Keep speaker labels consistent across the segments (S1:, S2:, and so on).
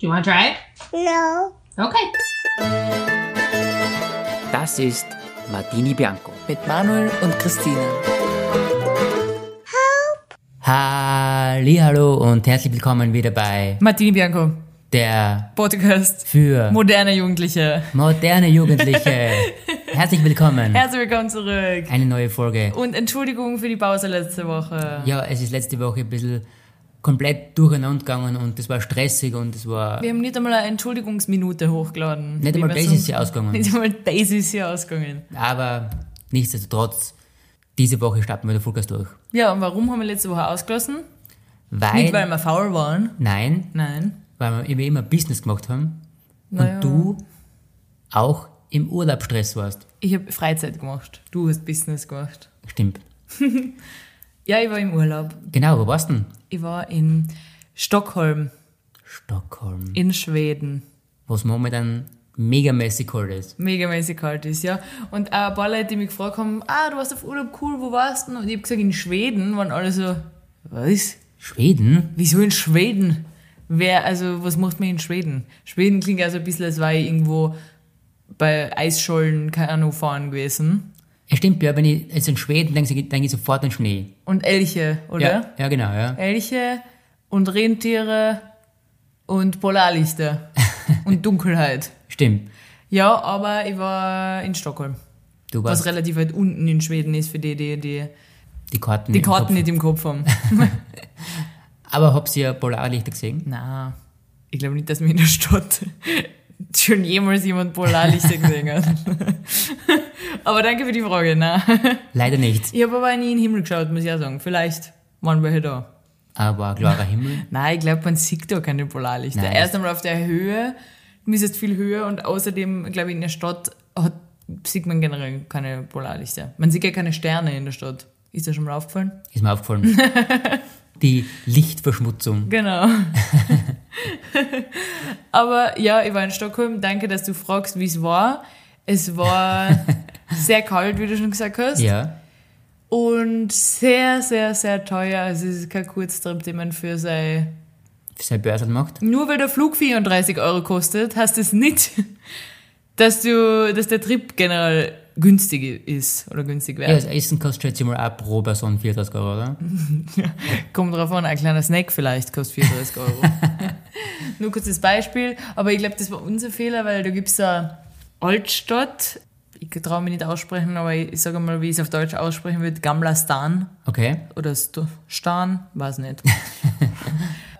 S1: Do you want to try it?
S2: No.
S1: Okay.
S3: Das ist Martini Bianco.
S4: Mit Manuel und Christine.
S3: Hallo und herzlich willkommen wieder bei
S4: Martini Bianco,
S3: der
S4: Podcast
S3: für
S4: moderne Jugendliche.
S3: moderne Jugendliche. Herzlich willkommen.
S4: Herzlich willkommen zurück.
S3: Eine neue Folge.
S4: Und Entschuldigung für die Pause letzte Woche.
S3: Ja, es ist letzte Woche ein bisschen komplett durcheinander gegangen und es war stressig und es war
S4: Wir haben nicht einmal eine Entschuldigungsminute hochgeladen.
S3: nicht
S4: Wie
S3: einmal
S4: wir
S3: das ist
S4: sonst-
S3: hier ausgegangen.
S4: Nicht einmal das ist hier ausgegangen.
S3: Aber nichtsdestotrotz, diese Woche starten wir den Fullgas durch.
S4: Ja, und warum haben wir letzte Woche ausgelassen? Nicht, weil
S3: Weil,
S4: wir faul waren.
S3: nein,
S4: Nein.
S3: weil wir immer Business gemacht haben
S4: Naja.
S3: und du auch im Urlaub Stress warst.
S4: Ich habe Freizeit gemacht. Du hast Business gemacht.
S3: Stimmt.
S4: Ja, ich war im Urlaub.
S3: Genau, wo warst du denn?
S4: Ich war in Stockholm,
S3: Stockholm.
S4: in Schweden.
S3: Was momentan megamäßig cold ist.
S4: megamäßig kalt ist, ja. Und auch ein paar Leute, die mich gefragt haben, ah, du warst auf Urlaub, cool, wo warst du? Und ich habe gesagt, in Schweden, waren alle so, was?
S3: Schweden?
S4: Wieso in Schweden? Wer, also, was macht man in Schweden? Schweden klingt also ein bisschen, als war ich irgendwo bei Eisschollen Kanu fahren gewesen.
S3: Ja, stimmt, ja, wenn ich jetzt in Schweden denke, denke ich sofort an Schnee.
S4: Und Elche, oder?
S3: Ja, ja, genau, ja.
S4: Elche und Rentiere und Polarlichter und Dunkelheit.
S3: Stimmt.
S4: Ja, aber ich war in Stockholm,
S3: Du
S4: was
S3: warst
S4: relativ weit unten in Schweden ist für die, die, die
S3: die Karten.
S4: Die
S3: im
S4: Karten
S3: Kopf.
S4: nicht im Kopf haben.
S3: Aber habt ihr Polarlichter gesehen?
S4: Na, ich glaube nicht, dass mir in der Stadt schon jemals jemand Polarlichter gesehen hat. aber danke für die Frage. Na,
S3: Leider nicht.
S4: ich habe aber nie in den Himmel geschaut, muss ich auch sagen. Vielleicht waren welche da.
S3: Aber klarer Himmel.
S4: Nein, ich glaube, man sieht da keine Polarlichter.
S3: Nein.
S4: Erst einmal auf der Höhe, du müsstest viel höher und außerdem, glaube ich, in der Stadt hat, sieht man generell keine Polarlichter. Man sieht ja keine Sterne in der Stadt. Ist dir schon mal aufgefallen?
S3: Ist mir aufgefallen. die Lichtverschmutzung.
S4: Genau. Aber ja, ich war in Stockholm. Danke, dass du fragst, wie es war. Es war sehr kalt, wie du schon gesagt hast.
S3: Ja.
S4: Und sehr, sehr, sehr teuer. Also es ist kein Kurztrip, den man für sein...
S3: Für seine Börse macht.
S4: Nur weil der Flug 34 Euro kostet, heißt es nicht, dass, du, dass der Trip generell günstig ist oder günstig
S3: Ja,
S4: wäre.
S3: das Essen kostet jetzt immer auch pro Person 4000 Euro, oder?
S4: Mhm. Kommt drauf an, ein kleiner Snack vielleicht kostet 34 Euro. Nur kurzes Beispiel, aber ich glaube, das war unser Fehler, weil da gibt es eine Altstadt, ich traue mich nicht aussprechen, aber ich sage mal, wie ich es auf Deutsch aussprechen würde, Gamla Stan
S3: Okay.
S4: oder St Stan, weiß nicht.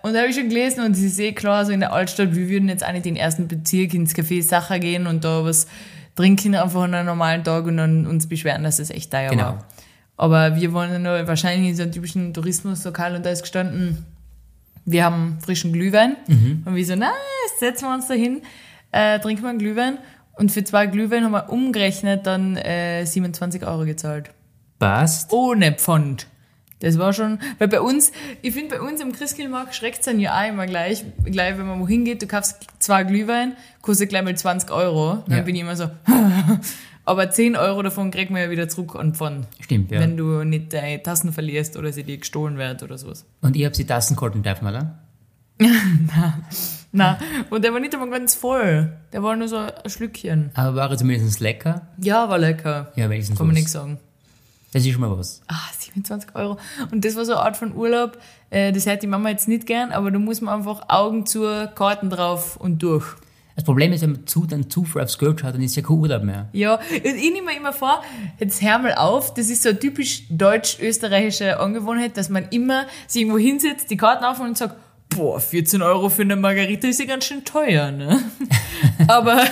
S4: und da habe ich schon gelesen und es ist eh klar, so in der Altstadt, wir würden jetzt auch nicht in den ersten Bezirk ins Café Sacher gehen und da was trinken einfach an einem normalen Tag und dann uns beschweren, dass es echt teuer
S3: Genau.
S4: war. Aber wir waren ja nur wahrscheinlich in so einem typischen Tourismuslokal und da ist gestanden, wir haben frischen Glühwein und wir so, na, jetzt setzen wir uns da hin, äh, trinken wir einen Glühwein und für zwei Glühwein haben wir umgerechnet dann äh, 27 Euro gezahlt
S3: Passt.
S4: ohne Pfand. Das war schon, weil bei uns, ich finde bei uns am Christkindlmarkt schreckt's dann ja auch immer gleich, gleich, wenn man wohin geht, du kaufst zwei Glühwein, kostet gleich mal 20 Euro, dann
S3: Ja.
S4: bin ich immer so, aber 10 Euro davon kriegt man ja wieder zurück an Pfand,
S3: Stimmt, ja.
S4: wenn du nicht deine Tassen verlierst oder sie dir gestohlen wird oder sowas.
S3: Und ich hab sie Tassen gehalten dürfen, oder?
S4: Na, und der war nicht einmal ganz voll, der war nur so ein Schlückchen.
S3: Aber war er zumindest lecker?
S4: Ja, war lecker,
S3: Ja, wenigstens
S4: kann man
S3: was.
S4: nichts sagen.
S3: Das ist schon mal was.
S4: ah, 27 Euro. Und das war so eine Art von Urlaub, äh, das hätte die Mama jetzt nicht gern, aber da muss man einfach Augen zur, Karten drauf und durch.
S3: Das Problem ist, wenn man zu, dann zu viel aufs Geld schaut, dann ist ja kein Urlaub mehr.
S4: Ja, und ich nehme mir immer vor, jetzt hör mal auf, das ist so eine typisch deutsch-österreichische Angewohnheit, dass man immer sich irgendwo hinsetzt, die Karten aufmacht und sagt, boah, 14 Euro für eine Margarita ist ja ganz schön teuer, ne? Aber,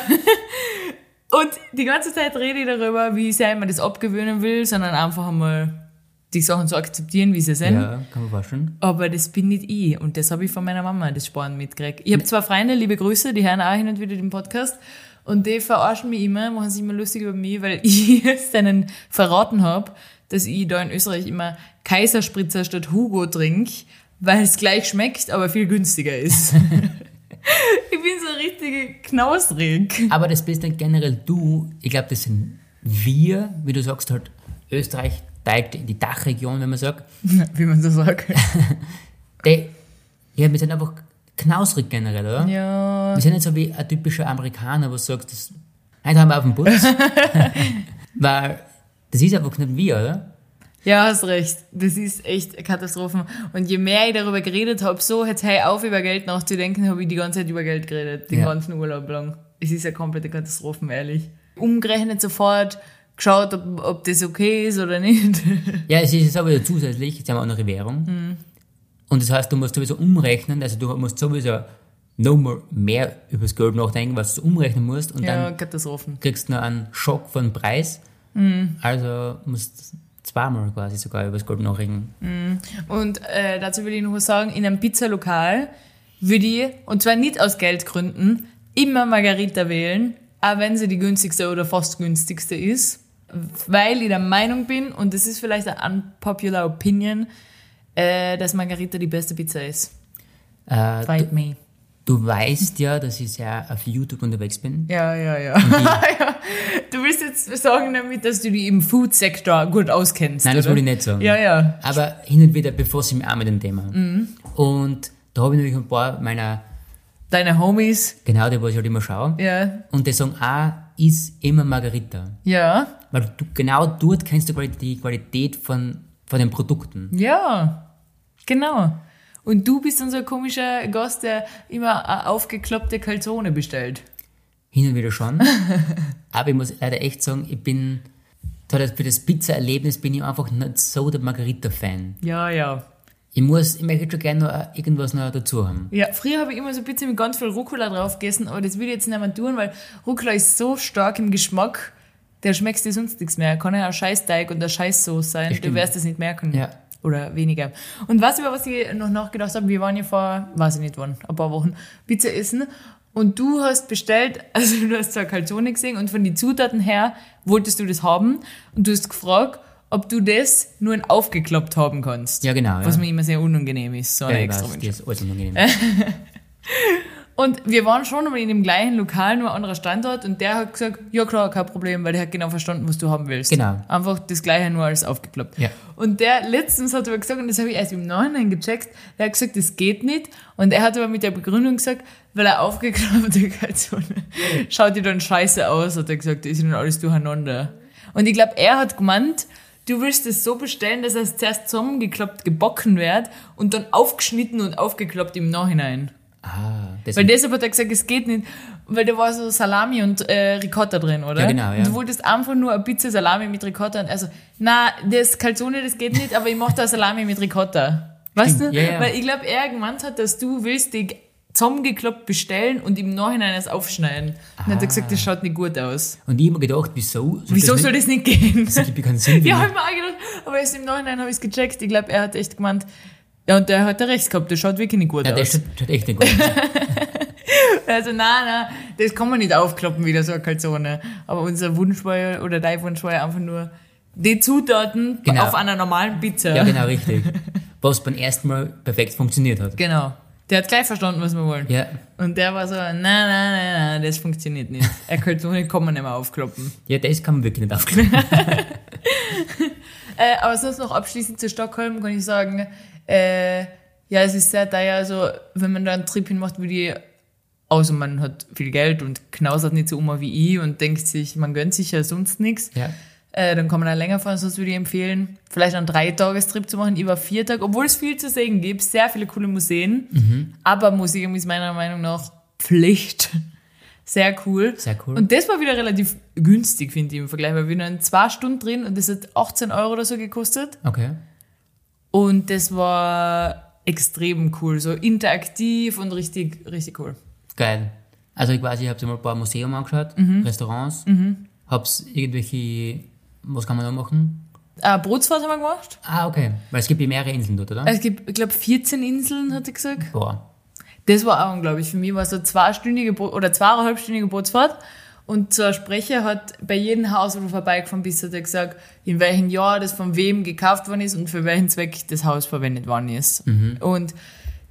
S4: und die ganze Zeit rede ich darüber, wie sehr man das abgewöhnen will, sondern einfach einmal die Sachen so akzeptieren, wie sie sind.
S3: Ja, kann man vorstellen.
S4: Aber das bin nicht ich und das habe ich von meiner Mama, das Sparen mitgekriegt. Ich habe zwei Freunde, liebe Grüße, die hören auch hin und wieder den Podcast und die verarschen mich immer, machen sich immer lustig über mich, weil ich es denen verraten habe, dass ich da in Österreich immer Kaiserspritzer statt Hugo trinke, weil es gleich schmeckt, aber viel günstiger ist. ich bin so richtige Knausrig.
S3: Aber das bist dann generell du. Ich glaube, das sind wir, wie du sagst, halt Österreich teilt in die Dachregion, wenn man sagt.
S4: Wie man so sagt.
S3: Die, ja, wir sind einfach knausrig generell, oder?
S4: Ja.
S3: Wir sind nicht so wie ein typischer Amerikaner, wo du sagst, das heute haben wir auf dem Putz. Weil das ist einfach nicht wir, oder?
S4: Ja, hast recht. Das ist echt eine Katastrophe. Und je mehr ich darüber geredet habe, so jetzt hey auf über Geld nachzudenken, habe ich die ganze Zeit über Geld geredet, den
S3: Ja.
S4: ganzen Urlaub lang. Es ist eine komplette Katastrophe, ehrlich. Umgerechnet sofort, geschaut, ob, ob das okay ist oder nicht.
S3: Ja, es ist jetzt aber zusätzlich, jetzt haben wir eine andere Währung.
S4: Mhm.
S3: Und das heißt, du musst sowieso umrechnen, also du musst sowieso noch mal mehr über das Geld nachdenken, was du umrechnen musst und
S4: ja,
S3: dann
S4: Katastrophen.
S3: kriegst du noch einen Schock von Preis.
S4: Mhm.
S3: Also musst zweimal quasi sogar über das Geld nachdenken.
S4: Und äh, dazu will ich noch was sagen, in einem Pizzalokal würde ich, und zwar nicht aus Geldgründen, immer Margarita wählen, auch wenn sie die günstigste oder fast günstigste ist, weil ich der Meinung bin, und das ist vielleicht eine unpopular Opinion, äh, dass Margarita die beste Pizza ist.
S3: Äh, du,
S4: Fight me.
S3: du weißt ja, dass ich sehr auf YouTube unterwegs bin.
S4: Ja, ja, ja. ja. Du willst jetzt sagen damit, dass du die im Food-Sektor gut auskennst.
S3: Nein, das
S4: oder?
S3: wollte ich nicht sagen.
S4: Ja, Mhm. ja.
S3: Aber hin und wieder befasse ich mich auch mit dem Thema. Und da habe ich natürlich ein paar meiner,
S4: Deine Homies,
S3: genau die, was ich halt immer schaue.
S4: ja,
S3: Und die sagen auch, ist immer Margarita.
S4: ja,
S3: Weil du genau dort kennst du quasi die Qualität von, von den Produkten.
S4: ja, genau. Und du bist dann so ein komischer Gast, der immer eine aufgekloppte Calzone bestellt.
S3: Hin und wieder schon. Aber ich muss leider echt sagen, ich bin, für das- für das Pizza-Erlebnis bin ich einfach nicht so der Margarita-Fan.
S4: Ja, ja.
S3: Ich muss, ich möchte schon gerne noch äh, irgendwas noch dazu haben.
S4: Ja, früher habe ich immer so Pizza mit ganz viel Rucola drauf gegessen, aber das will ich jetzt nicht mehr tun, weil Rucola ist so stark im Geschmack, der schmeckst dir sonst nichts mehr. Kann ja ein Scheißteig und eine Scheißsoße sein, du
S3: stimmt.
S4: wirst es nicht merken.
S3: Ja.
S4: Oder weniger. Und was, über was ich noch nachgedacht habe, wir waren ja vor, weiß ich nicht wann, ein paar Wochen, Pizza essen und du hast bestellt, also du hast zwar Calzone gesehen und von den Zutaten her wolltest du das haben und du hast gefragt, ob du das nur in aufgekloppt haben kannst.
S3: Ja, genau.
S4: Was
S3: ja.
S4: mir immer sehr unangenehm ist, so eine
S3: ja, ich
S4: extra Äh?
S3: weiß,
S4: Wunsch.
S3: die ist alles unangenehm.
S4: Und wir waren schon mal in dem gleichen Lokal, nur anderer Standort, und der hat gesagt, ja klar, kein Problem, weil der hat genau verstanden, was du haben willst.
S3: Genau.
S4: Einfach das gleiche nur als aufgeploppt.
S3: Ja.
S4: Und der letztens hat aber gesagt, und das habe ich erst im Nachhinein gecheckt, der hat gesagt, das geht nicht. Und er hat aber mit der Begründung gesagt, weil er aufgeklappte Kalzone schaut die dann scheiße aus, hat er gesagt, da ist ihnen alles durcheinander. Und ich glaube, er hat gemeint, du willst es so bestellen, dass es zuerst zusammengeklappt gebocken wird und dann aufgeschnitten und aufgeklappt im Nachhinein.
S3: Ah, das
S4: Weil deshalb hat er gesagt, es geht nicht, weil da war so Salami und äh, Ricotta drin, oder?
S3: Ja, genau, ja.
S4: Und du wolltest einfach nur eine Pizza Salami mit Ricotta und also, na, das Calzone, das geht nicht, aber ich mache da Salami mit Ricotta. Weißt
S3: Stimmt,
S4: du?
S3: ja, ja.
S4: Weil ich glaube, er gemeint hat, dass du willst die zusammengekloppt bestellen und im Nachhinein es aufschneiden. Dann hat er gesagt,
S3: Ah.
S4: das schaut nicht gut aus.
S3: Und ich habe mir gedacht, wieso?
S4: Wieso soll das nicht gehen?
S3: Das gibt ja keinen Sinn.
S4: Ja,
S3: wenn
S4: hab ich mir auch gedacht, aber erst im Nachhinein habe ich es gecheckt. Ich glaube, er hat echt gemeint, ja, und der hat ja recht gehabt, das schaut wirklich nicht gut
S3: Ja,
S4: aus.
S3: das schaut schaut echt nicht gut. aus.
S4: Also nein, nein, das kann man nicht aufkloppen wieder so eine Calzone. Aber unser Wunsch war ja, oder dein Wunsch war ja einfach nur die Zutaten
S3: Genau.
S4: auf einer normalen Pizza.
S3: ja, genau, richtig. Was beim ersten Mal perfekt funktioniert hat.
S4: Genau. Der hat gleich verstanden, was wir wollen.
S3: Ja,
S4: Und der war so, nein, nein, nein, nein, das funktioniert nicht. Eine Calzone kann man nicht mehr aufkloppen.
S3: ja das kann man wirklich nicht aufklären.
S4: Äh, aber sonst noch abschließend zu Stockholm kann ich sagen, äh, ja, es ist sehr teuer. Also wenn man da einen Trip hinmacht, würde ich, außer man hat viel Geld und knausert nicht so um wie ich und denkt sich, man gönnt sich ja sonst nichts.
S3: Ja.
S4: Äh, dann kann man da länger fahren, sonst würde ich empfehlen, vielleicht einen Dreitagestrip zu machen, über vier Tage, obwohl es viel zu sehen gibt, sehr viele coole Museen.
S3: Mhm.
S4: Aber Museum ist meiner Meinung nach Pflicht. Sehr cool.
S3: Sehr cool.
S4: Und das war wieder relativ günstig, finde ich, im Vergleich, weil wir waren zwei Stunden drin und das hat 18 Euro oder so gekostet.
S3: Okay.
S4: Und das war extrem cool, so interaktiv und richtig, richtig cool.
S3: Geil. Also ich weiß, ich habe mal ein paar Museen angeschaut, Restaurants, hab's irgendwelche, was kann man noch machen?
S4: Äh, Bootsfahrt haben wir gemacht.
S3: Ah, okay. Weil es gibt ja mehrere Inseln dort, oder?
S4: Es gibt, ich glaube, 14 Inseln, hat er gesagt.
S3: Boah.
S4: Das war auch unglaublich. Für mich war so eine zweistündige Bo oder zweieinhalbstündige Bootsfahrt. Und so ein Sprecher hat bei jedem Haus, wo du vorbeigefahren bist, hat er gesagt, in welchem Jahr das von wem gekauft worden ist und für welchen Zweck das Haus verwendet worden ist. Und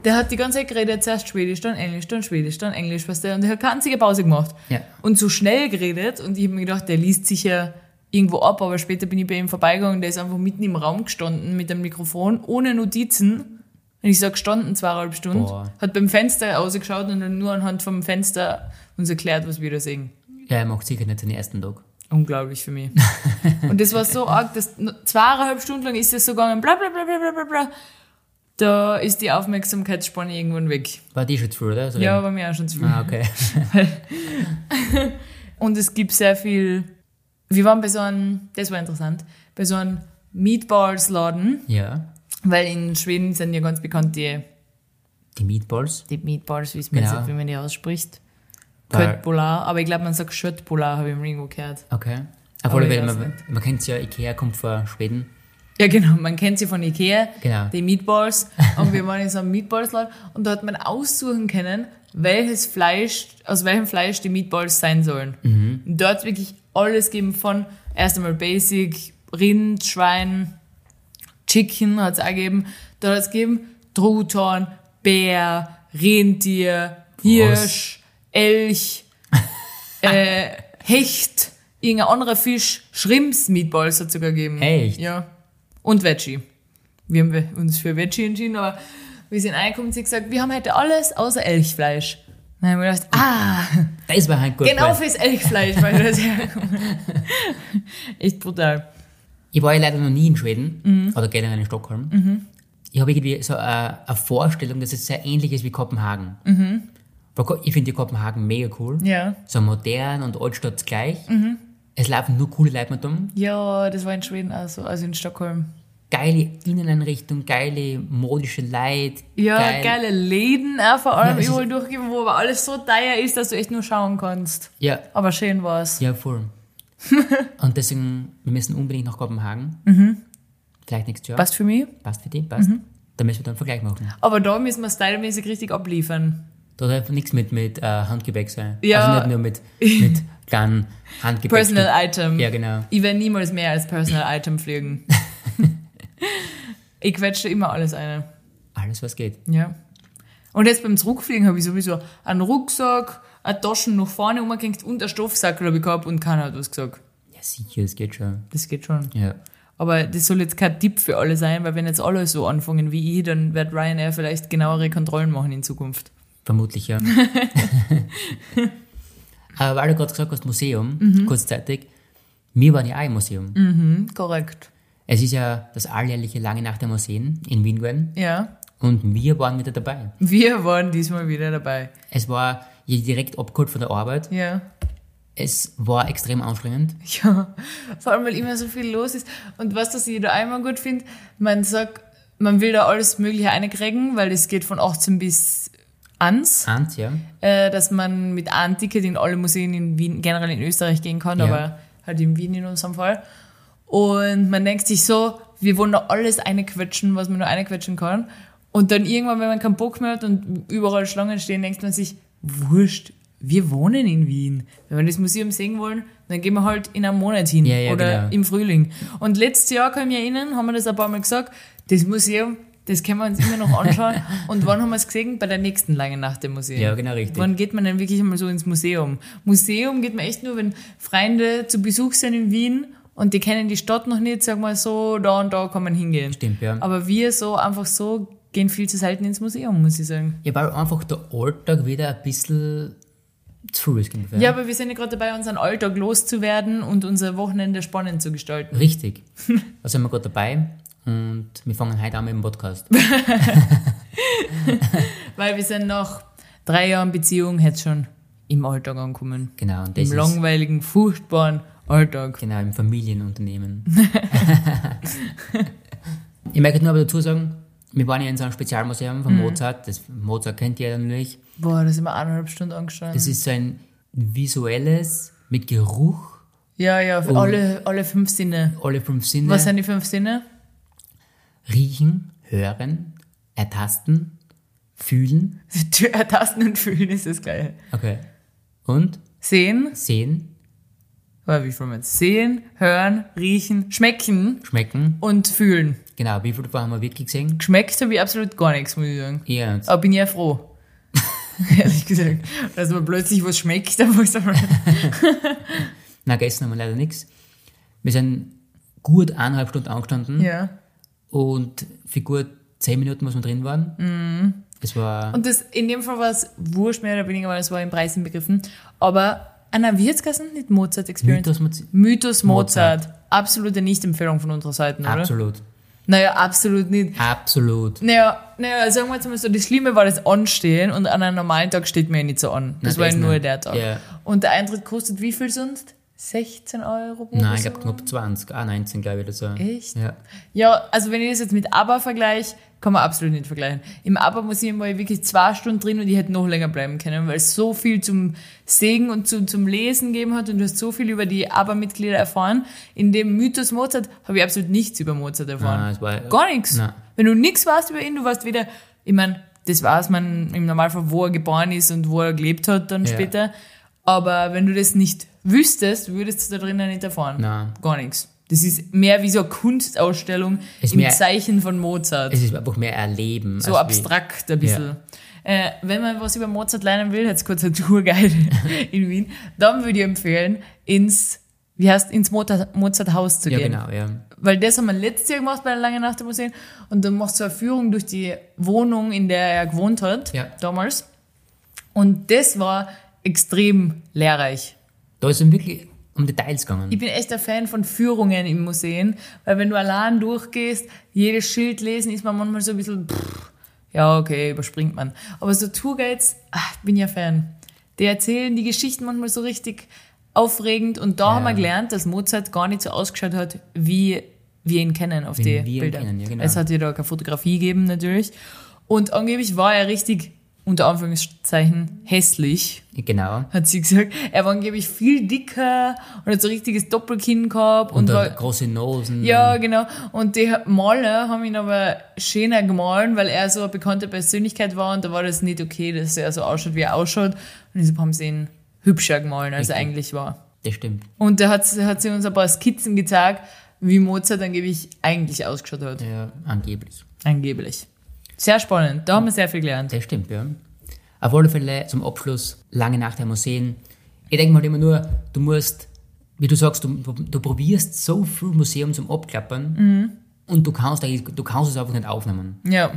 S4: der hat die ganze Zeit geredet, zuerst Schwedisch, dann Englisch, dann Schwedisch, dann Englisch, was der, und der hat keine einzige Pause gemacht.
S3: Ja.
S4: Und so schnell geredet, und ich habe mir gedacht, der liest sicher irgendwo ab, aber später bin ich bei ihm vorbeigegangen, der ist einfach mitten im Raum gestanden mit dem Mikrofon, ohne Notizen Und ich sag gestanden zweieinhalb Stunden,
S3: Boah.
S4: hat beim Fenster ausgeschaut und dann nur anhand vom Fenster uns erklärt, was wir da sehen.
S3: Ja, er macht sicher nicht den ersten Tag.
S4: Unglaublich für mich. Und das war so arg, dass n- zweieinhalb Stunden lang ist das so gegangen, bla bla bla bla bla bla bla. Da ist die Aufmerksamkeitsspanne irgendwann weg.
S3: War die schon zu früh, oder? So
S4: Ja,
S3: reden.
S4: war mir auch schon zu viel.
S3: Ah, okay.
S4: Und es gibt sehr viel. Wir waren bei so einem, das war interessant, bei so einem Meatballs-Laden,
S3: Ja.
S4: weil in Schweden sind ja ganz bekannt die,
S3: Die Meatballs.
S4: die Meatballs, wie es man
S3: Genau.
S4: sagt, wie man die ausspricht.
S3: Weil-
S4: Köttbullar, aber ich glaube, man sagt Schöttbullar, habe ich im Ringo gehört.
S3: Okay.
S4: Aber
S3: Obwohl,
S4: ich
S3: weil
S4: weiß
S3: man, man kennt ja, Ikea kommt von Schweden.
S4: Ja, genau, man kennt sie von Ikea,
S3: Genau.
S4: die Meatballs. Und wir waren in so einem Meatballs-Laden und da hat man aussuchen können, welches Fleisch, aus welchem Fleisch die Meatballs sein sollen. Und dort wirklich alles geben von erst einmal Basic, Rind, Schwein, Chicken hat es auch gegeben. Dort hat es gegeben Truthahn, Bär, Rentier, Hirsch, Elch, äh, Hecht, irgendein anderer Fisch, Shrimps Meatballs hat es sogar gegeben.
S3: Echt?
S4: Ja. Und Veggie. Wir haben we- uns für Veggie entschieden, aber wir sind eingekommen und sie hat gesagt, wir haben heute alles außer Elchfleisch. Dann haben wir gedacht, ah,
S3: Da ist bei Hand halt gut.
S4: genau
S3: weil-
S4: fürs Elchfleisch, weil das Echt brutal.
S3: Ich war ja leider noch nie in Schweden
S4: Mhm.
S3: oder generell in Stockholm. Ich habe irgendwie so eine, eine Vorstellung, dass es sehr ähnlich ist wie Kopenhagen. Weil Ko- Ich finde die Kopenhagen mega cool.
S4: Mhm. Ja. Mhm.
S3: So modern und Altstadt gleich. Es laufen nur coole Leute mit um.
S4: Ja, das war in Schweden auch so, also in Stockholm.
S3: Geile Inneneinrichtung, geile modische Leute.
S4: Ja,
S3: geil-
S4: geile Läden auch vor
S3: Ja,
S4: allem
S3: es ist-
S4: überall durchgeben, wo aber alles so teuer ist, dass du echt nur schauen kannst.
S3: Ja,
S4: Aber schön war's.
S3: ja, voll. und deswegen, wir müssen unbedingt nach Kopenhagen. Vielleicht nächstes Jahr.
S4: Mhm. Passt Mhm. für mich.
S3: Passt für dich? Passt. Da müssen wir dann einen Vergleich machen.
S4: Aber da müssen wir stylmäßig richtig abliefern.
S3: Da darf nichts mit, mit äh, Handgepäck sein.
S4: Ja.
S3: Also nicht nur mit, mit kleinen Handgepäck.
S4: Personal Item.
S3: Ja, genau.
S4: Ich werde niemals mehr als Personal Item fliegen. ich quetsche immer alles ein.
S3: Alles, was geht.
S4: Ja. Und jetzt beim Zurückfliegen habe ich sowieso einen Rucksack, eine Taschen nach vorne umgehängt und einen Stoffsack, glaube ich, gehabt und keiner hat was gesagt.
S3: Ja, sicher, es geht schon.
S4: Das geht schon.
S3: Ja.
S4: Aber das soll jetzt kein Tipp für alle sein, weil wenn jetzt alle so anfangen wie ich, dann wird Ryanair vielleicht genauere Kontrollen machen in Zukunft.
S3: Vermutlich, ja. Aber weil du gerade gesagt hast, Museum, kurzzeitig, wir waren ja auch im Museum.
S4: Mhm, korrekt.
S3: Es ist ja das alljährliche Lange Nacht der Museen in Wien geworden
S4: Ja.
S3: und wir waren wieder dabei.
S4: Wir waren diesmal wieder dabei.
S3: Es war ja direkt abgeholt von der Arbeit.
S4: Ja.
S3: Es war extrem anstrengend.
S4: Ja, vor allem, weil immer so viel los ist. Und was, das ich da einmal gut finde, man sagt, man will da alles Mögliche einkriegen, weil es geht von 18 bis ans,
S3: Hans, ja.
S4: äh, dass man mit einem Ticket in alle Museen in Wien, generell in Österreich gehen kann,
S3: Ja.
S4: aber halt in Wien in unserem Fall. Und man denkt sich so, wir wollen da alles einquetschen, was man nur einquetschen kann. Und dann irgendwann, wenn man keinen Bock mehr hat und überall Schlangen stehen, denkt man sich, wurscht, wir wohnen in Wien. Wenn wir das Museum sehen wollen, dann gehen wir halt in einem Monat hin
S3: Ja, ja,
S4: oder
S3: genau.
S4: im Frühling. Und letztes Jahr, kann ich mich erinnern, haben wir das ein paar Mal gesagt, das Museum, das können wir uns immer noch anschauen. und wann haben wir es gesehen? Bei der nächsten langen Nacht im Museum.
S3: Ja, genau, richtig.
S4: Wann geht man denn wirklich einmal so ins Museum? Museum geht man echt nur, wenn Freunde zu Besuch sind in Wien und die kennen die Stadt noch nicht, sag mal so, da und da kann man hingehen.
S3: Stimmt, ja.
S4: Aber wir so einfach so gehen viel zu selten ins Museum, muss ich sagen.
S3: Ja, weil einfach der Alltag wieder ein bisschen zu früh ist ungefähr.
S4: Ja, aber wir sind ja gerade dabei, unseren Alltag loszuwerden und unser Wochenende spannend zu gestalten.
S3: Richtig. Da sind wir gerade dabei und wir fangen heute an mit dem Podcast.
S4: Weil wir sind nach drei Jahren Beziehung jetzt schon im Alltag angekommen.
S3: Genau, und das ist
S4: Im langweiligen, furchtbaren Alltag.
S3: genau im Familienunternehmen. ich möchte nur aber dazu sagen, wir waren ja in so einem Spezialmuseum
S4: Mhm.
S3: von Mozart. Das Mozart kennt ihr ja natürlich.
S4: Boah, da sind wir eineinhalb Stunden angestanden.
S3: Das ist so ein visuelles mit Geruch,
S4: Ja, ja, für
S3: Oh.
S4: alle, alle fünf Sinne.
S3: alle fünf Sinne.
S4: Was sind die fünf Sinne?
S3: Riechen, hören, ertasten, fühlen.
S4: Tasten und Fühlen ist das Gleiche.
S3: Okay. Und
S4: Sehen,
S3: sehen,
S4: oder wie viel man jetzt? Sehen, hören, riechen, schmecken
S3: schmecken.
S4: und fühlen.
S3: Genau, wie viel haben wir wirklich gesehen?
S4: Geschmeckt habe ich absolut gar nichts, muss ich sagen.
S3: Ja, und
S4: Aber bin ja froh. Ehrlich gesagt. Dass man plötzlich was schmeckt, aber ich sage mal,
S3: Na, gegessen haben wir leider nichts. Wir sind gut eineinhalb Stunden angestanden
S4: ja.
S3: und für gut zehn Minuten muss man drin waren. Es war,
S4: Mhm. Und das, in dem Fall war es wurscht mehr oder weniger, weil es war in Preisen begriffen. Aber, ah nein, wie hat's geheißen? Nicht Mozart Experience.
S3: Mythos mit-
S4: Mythos Mozart. Absolute Nicht-Empfehlung von unserer Seite, oder?
S3: absolut,
S4: Naja, absolut nicht.
S3: absolut.
S4: Naja, naja, also sagen wir jetzt mal so, das Schlimme war das Anstehen und an einem normalen Tag steht mir ja nicht so an. Das
S3: Na,
S4: war
S3: das
S4: ja nur
S3: nicht.
S4: der Tag.
S3: Ja.
S4: Und der Eintritt kostet wie viel sonst? 16 Euro pro
S3: Nein, ich
S4: Person?
S3: glaube knapp 20, ah 19 glaube ich oder so.
S4: Echt?
S3: Ja.
S4: Ja, also wenn ich das jetzt mit ABBA vergleiche, kann man absolut nicht vergleichen. Im ABBA-Museum war ich wirklich zwei Stunden drin und ich hätte noch länger bleiben können, weil es so viel zum Segen und zu, zum Lesen gegeben hat und du hast so viel über die ABBA-Mitglieder erfahren. In dem Mythos Mozart habe ich absolut nichts über Mozart erfahren.
S3: Nein, es war-
S4: Gar nichts.
S3: Nein.
S4: Wenn du nichts weißt über ihn, du weißt weder, ich meine, das weiß man im Normalfall, wo er geboren ist und wo er gelebt hat dann
S3: Ja.
S4: später. Aber wenn du das nicht wüsstest, würdest du da drinnen nicht erfahren.
S3: Nein.
S4: Gar nichts. Das ist mehr wie so eine Kunstausstellung
S3: Ist
S4: im
S3: mehr-
S4: Zeichen von Mozart.
S3: Es ist einfach mehr Erleben.
S4: so
S3: als wie-
S4: abstrakt ein bisschen. Äh, wenn man was über Mozart lernen will, jetzt kurz ein Tourguide in Wien, dann würde ich empfehlen, ins, wie heißt, ins Mozart- Mozart-Haus zu
S3: Ja,
S4: gehen.
S3: genau, ja.
S4: Weil das haben wir letztes Jahr gemacht bei der Lange Nacht im Museum. Und dann machst du eine Führung durch die Wohnung, in der er gewohnt hat,
S3: Ja.
S4: damals. Und das war extrem lehrreich.
S3: Da ist es wirklich um Details gegangen.
S4: Ich bin echt ein Fan von Führungen in Museen, weil wenn du allein durchgehst, jedes Schild lesen, ist man manchmal so ein bisschen, pff, ja, okay, überspringt man. Aber so Tourguides, ach, ich bin ja Fan. Die erzählen die Geschichten manchmal so richtig aufregend und da haben wir gelernt, dass Mozart gar nicht so ausgeschaut hat, wie wir ihn kennen auf die
S3: wir ihn
S4: Bilder.
S3: kennen, ja, genau.
S4: Es hat ja da keine Fotografie gegeben, natürlich. Und angeblich war er richtig, unter Anführungszeichen, hässlich
S3: Genau.
S4: hat sie gesagt. Er war angeblich viel dicker und hat so ein richtiges Doppelkinn gehabt. Und,
S3: Und, da
S4: war,
S3: große Nosen.
S4: ja, genau. Und die Maler haben ihn aber schöner gemahlen, weil er so eine bekannte Persönlichkeit war und da war das nicht okay, dass er so ausschaut, wie er ausschaut. Und deshalb haben sie ihn hübscher gemahlen, als er
S3: Richtig.
S4: eigentlich war.
S3: Das stimmt.
S4: Und da hat, sie- hat sie uns ein paar Skizzen gezeigt, wie Mozart angeblich eigentlich ausgeschaut hat.
S3: Ja, angeblich.
S4: Angeblich. Sehr spannend. Da haben wir sehr viel gelernt.
S3: Das stimmt, ja. Auf alle Fälle zum Abschluss, lange Nacht der Museen. Ich denke mal halt immer nur, du musst, wie du sagst, du, du, du probierst so viel Museum zum Abklappern und du kannst, eigentlich- du kannst es einfach nicht aufnehmen.
S4: Ja.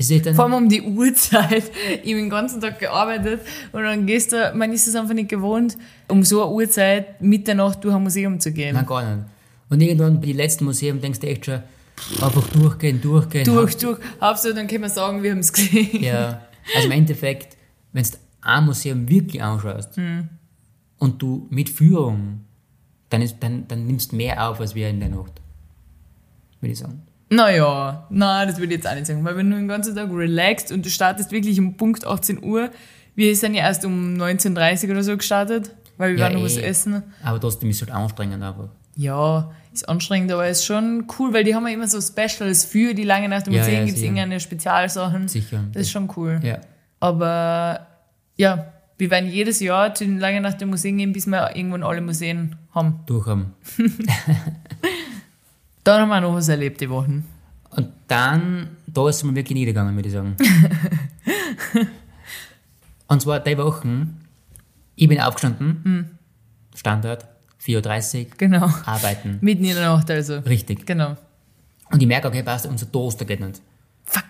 S3: Es ist dann,
S4: Vor allem um die Uhrzeit. Ich habe den ganzen Tag gearbeitet und dann gehst du, man ist es einfach nicht gewohnt, um so eine Uhrzeit Mitternacht durch ein Museum zu gehen.
S3: nein, gar nicht. Und irgendwann bei den letzten Museen denkst du echt schon, einfach durchgehen, durchgehen.
S4: durch, durch. Hauptsache, dann können wir sagen, wir haben es gesehen.
S3: Ja, also im Endeffekt, wenn du ein Museum wirklich anschaust
S4: Hm.
S3: und du mit Führung, dann, ist, dann, dann nimmst du mehr auf, als wir in der Nacht. Würde ich sagen.
S4: Naja, na, das würde ich jetzt auch nicht sagen, weil wenn du den ganzen Tag relaxst und du startest wirklich um Punkt 18 Uhr, wir sind ja erst um 19.30 Uhr oder so gestartet, weil wir
S3: Ja,
S4: waren noch was
S3: eh.
S4: essen.
S3: Aber trotzdem ist es halt anstrengend einfach.
S4: Ja, ist anstrengend, aber ist schon cool, weil die haben ja immer so Specials für die lange Nacht im
S3: Ja,
S4: Museum,
S3: ja,
S4: gibt es
S3: sicher.
S4: irgendeine Spezialsachen.
S3: Sicher.
S4: Das ist schon cool.
S3: Ja.
S4: Aber ja, wir werden jedes Jahr zu den lange nach dem Museen gehen, bis wir irgendwann alle Museen haben.
S3: Durchhaben.
S4: Dann haben wir noch was erlebt die Wochen.
S3: Und dann, da ist man wirklich niedergegangen, würde ich sagen. und zwar drei Wochen, ich bin aufgestanden,
S4: Hm.
S3: Standard, 4.30 Uhr,
S4: Genau.
S3: arbeiten.
S4: Mitten in der Nacht also.
S3: Richtig.
S4: Genau.
S3: Und ich merke, okay, passt, unser Toaster geht nicht.
S4: Fuck.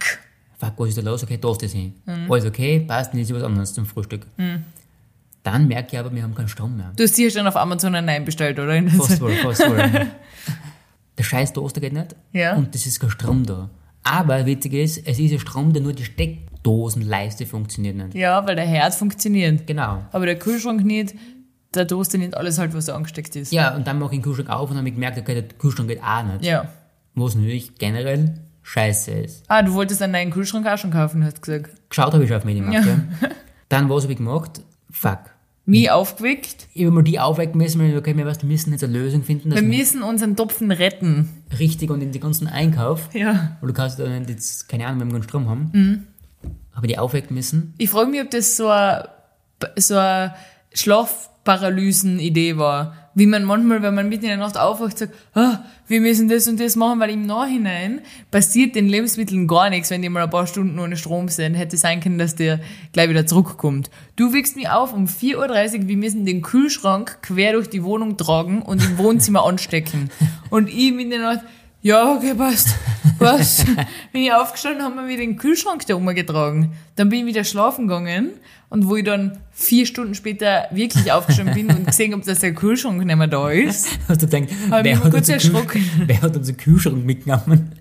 S3: fuck, was ist da los? Okay, toast es hin.
S4: Mhm.
S3: Alles okay, passt, dann ist was anderes zum Frühstück. Dann merke ich aber, wir haben keinen Strom mehr.
S4: Du hast dir schon auf Amazon ein Nein bestellt, oder? In der
S3: Fast
S4: Zeit.
S3: wohl, fast wohl. Der scheiß Toaster geht nicht
S4: Ja.
S3: und es ist kein Strom da. Aber witzig ist, es ist ein Strom, der nur die Steckdosenleiste funktioniert nicht.
S4: Ja, weil der Herd funktioniert.
S3: Genau.
S4: Aber der Kühlschrank nicht, der Toaster nicht, alles halt, was da angesteckt ist.
S3: Ja, und dann mache ich den Kühlschrank auf und habe gemerkt, okay, der Kühlschrank geht auch nicht.
S4: Ja.
S3: Was natürlich generell scheiße ist.
S4: Ah, du wolltest einen neuen Kühlschrank auch schon kaufen, hast gesagt.
S3: Geschaut habe ich schon auf Medienmarkt. Ja. Dann was habe ich gemacht? Fuck.
S4: Mich aufgeweckt.
S3: Ich habe mal die aufwecken müssen, weil ich, okay, wir weißt, wir müssen jetzt eine Lösung finden, dass
S4: Wir
S3: wir
S4: müssen unseren Topfen retten.
S3: richtig und in den ganzen Einkauf,
S4: Ja.
S3: weil du kannst dann jetzt, keine Ahnung, wenn wir keinen Strom haben,
S4: Mhm.
S3: habe ich die aufwecken müssen.
S4: Ich frage mich, ob das so eine so eine Schlafparalysen-Idee war. Wie man manchmal, wenn man mitten in der Nacht aufwacht, sagt, ah, wir müssen das und das machen, weil im Nachhinein passiert den Lebensmitteln gar nichts, wenn die mal ein paar Stunden ohne Strom sind. Hätte sein können, dass der gleich wieder zurückkommt. Du wächst mich auf um 4.30 Uhr, wir müssen den Kühlschrank quer durch die Wohnung tragen und im Wohnzimmer anstecken. Und ich in der Nacht, Ja, okay, passt. Passt. bin ich aufgestanden, haben wir wieder den Kühlschrank da umgetragen. Dann bin ich wieder schlafen gegangen und wo ich dann vier Stunden später wirklich aufgestanden bin und gesehen habe, dass der Kühlschrank nicht mehr da ist.
S3: Hast du gedacht,
S4: Hab ich
S3: wer
S4: mich
S3: hat,
S4: kurz
S3: unseren Kühl-
S4: erschrocken.
S3: wer hat unseren Kühlschrank mitgenommen?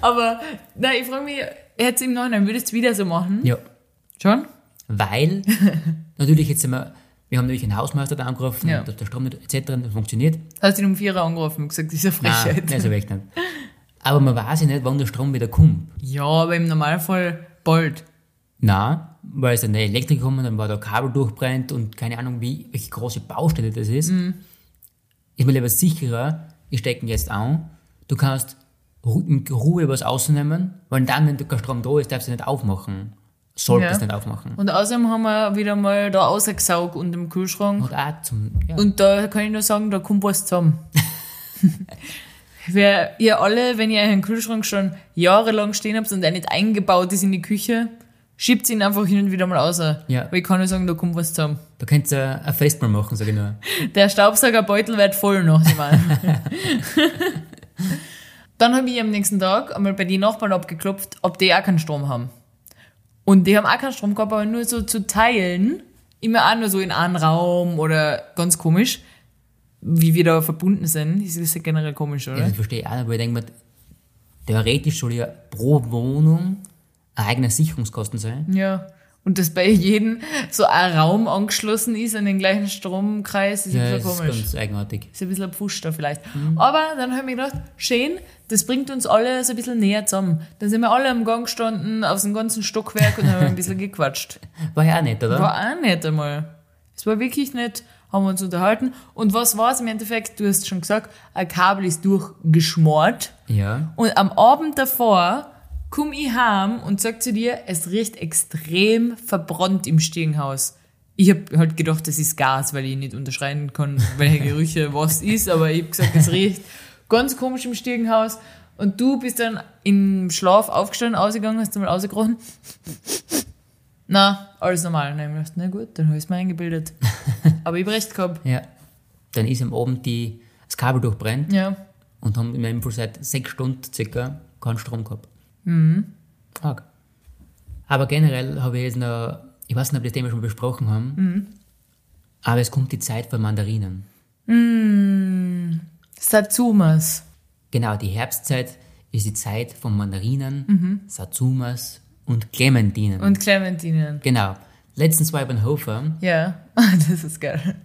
S4: Aber, na, ich frage mich, jetzt im Nachhinein, würdest du wieder so machen?
S3: Ja,
S4: Schon?
S3: weil natürlich jetzt immer, wir haben natürlich einen Hausmeister da angerufen,
S4: Ja.
S3: dass der Strom nicht, etc. nicht funktioniert.
S4: Hast du ihn um vier Uhr angerufen und gesagt, dieser Frechheit.
S3: Nein, nein, so weg nicht. Aber man weiß ja nicht, wann der Strom wieder kommt.
S4: Ja, aber im Normalfall bald.
S3: Nein, weil es dann der Elektrik kommt, dann war da Kabel durchbrennt und keine Ahnung, wie, welche große Baustelle das ist.
S4: Mhm.
S3: Ist mir lieber sicherer, wir stecken jetzt an. Du kannst Ru- in Ruhe was ausnehmen, weil dann, wenn kein Strom da ist, darfst du nicht aufmachen. Solltest
S4: Ja.
S3: nicht aufmachen.
S4: Und außerdem haben wir wieder mal da rausgesaugt und im Kühlschrank.
S3: Und auch zum, ja.
S4: Und da kann ich nur sagen, da kommt was zusammen. Wer, ihr alle, wenn ihr euren Kühlschrank schon jahrelang stehen habt und der nicht eingebaut ist in die Küche, schiebt ihn einfach hin und wieder mal raus.
S3: Ja.
S4: Weil ich kann nur sagen, da kommt was zusammen.
S3: da könntest du ein Festmahl machen, sag ich nur.
S4: Der Staubsaugerbeutel wird voll noch einmal. Dann habe ich am nächsten Tag einmal bei den Nachbarn abgeklopft, ob die auch keinen Strom haben. Und die haben auch keinen Strom gehabt, aber nur so zu teilen, immer auch nur so in einem Raum oder ganz komisch, wie wir da verbunden sind. Das ist ja generell komisch,
S3: Ja,
S4: oder?
S3: das verstehe ich auch, nicht, aber ich denke mir, theoretisch soll ja pro Wohnung ein eigener Sicherungskosten sein.
S4: Ja. Und dass bei jedem so ein Raum angeschlossen ist an den gleichen Stromkreis, ist
S3: Ja,
S4: ja,
S3: das ist
S4: komisch.
S3: ganz eigenartig.
S4: Ist ein bisschen ein Pfusch da vielleicht. Aber dann habe ich mir gedacht, schön, das bringt uns alle so ein bisschen näher zusammen. Dann sind wir alle am Gang gestanden, aus dem ganzen Stockwerk und haben ein bisschen gequatscht.
S3: War ja auch nett, oder?
S4: War auch nett einmal. Es war wirklich nett, haben wir uns unterhalten. Und was war es im Endeffekt? Du hast schon gesagt, ein Kabel ist durchgeschmort.
S3: Ja.
S4: Und am Abend davor komm ich heim und sag zu dir, es riecht extrem verbrannt im Stiegenhaus. Ich hab halt gedacht, das ist Gas, weil ich nicht unterscheiden kann, welche Gerüche was ist, aber ich hab gesagt, es riecht ganz komisch im Stiegenhaus. Und du bist dann im Schlaf aufgestanden, ausgegangen, hast du mal ausgerochen. Na, alles normal. Nein, ich dachte, na gut, dann hab ich's mir eingebildet. Aber ich hab recht gehabt.
S3: Ja. Dann ist am Abend die, das Kabel durchbrennt
S4: Ja.
S3: und haben in meinem Fall seit sechs Stunden circa keinen Strom gehabt. Mhm. Fuck. Aber generell habe ich jetzt noch, ich weiß nicht, ob wir das Thema schon besprochen haben,
S4: Mhm.
S3: aber es kommt die Zeit für Mandarinen.
S4: Satsumas.
S3: Genau, die Herbstzeit ist die Zeit von Mandarinen, Satsumas und Clementinen.
S4: Mhm. Und Clementinen.
S3: genau. Letztens war ich beim Hofer
S4: Ja, das ist geil.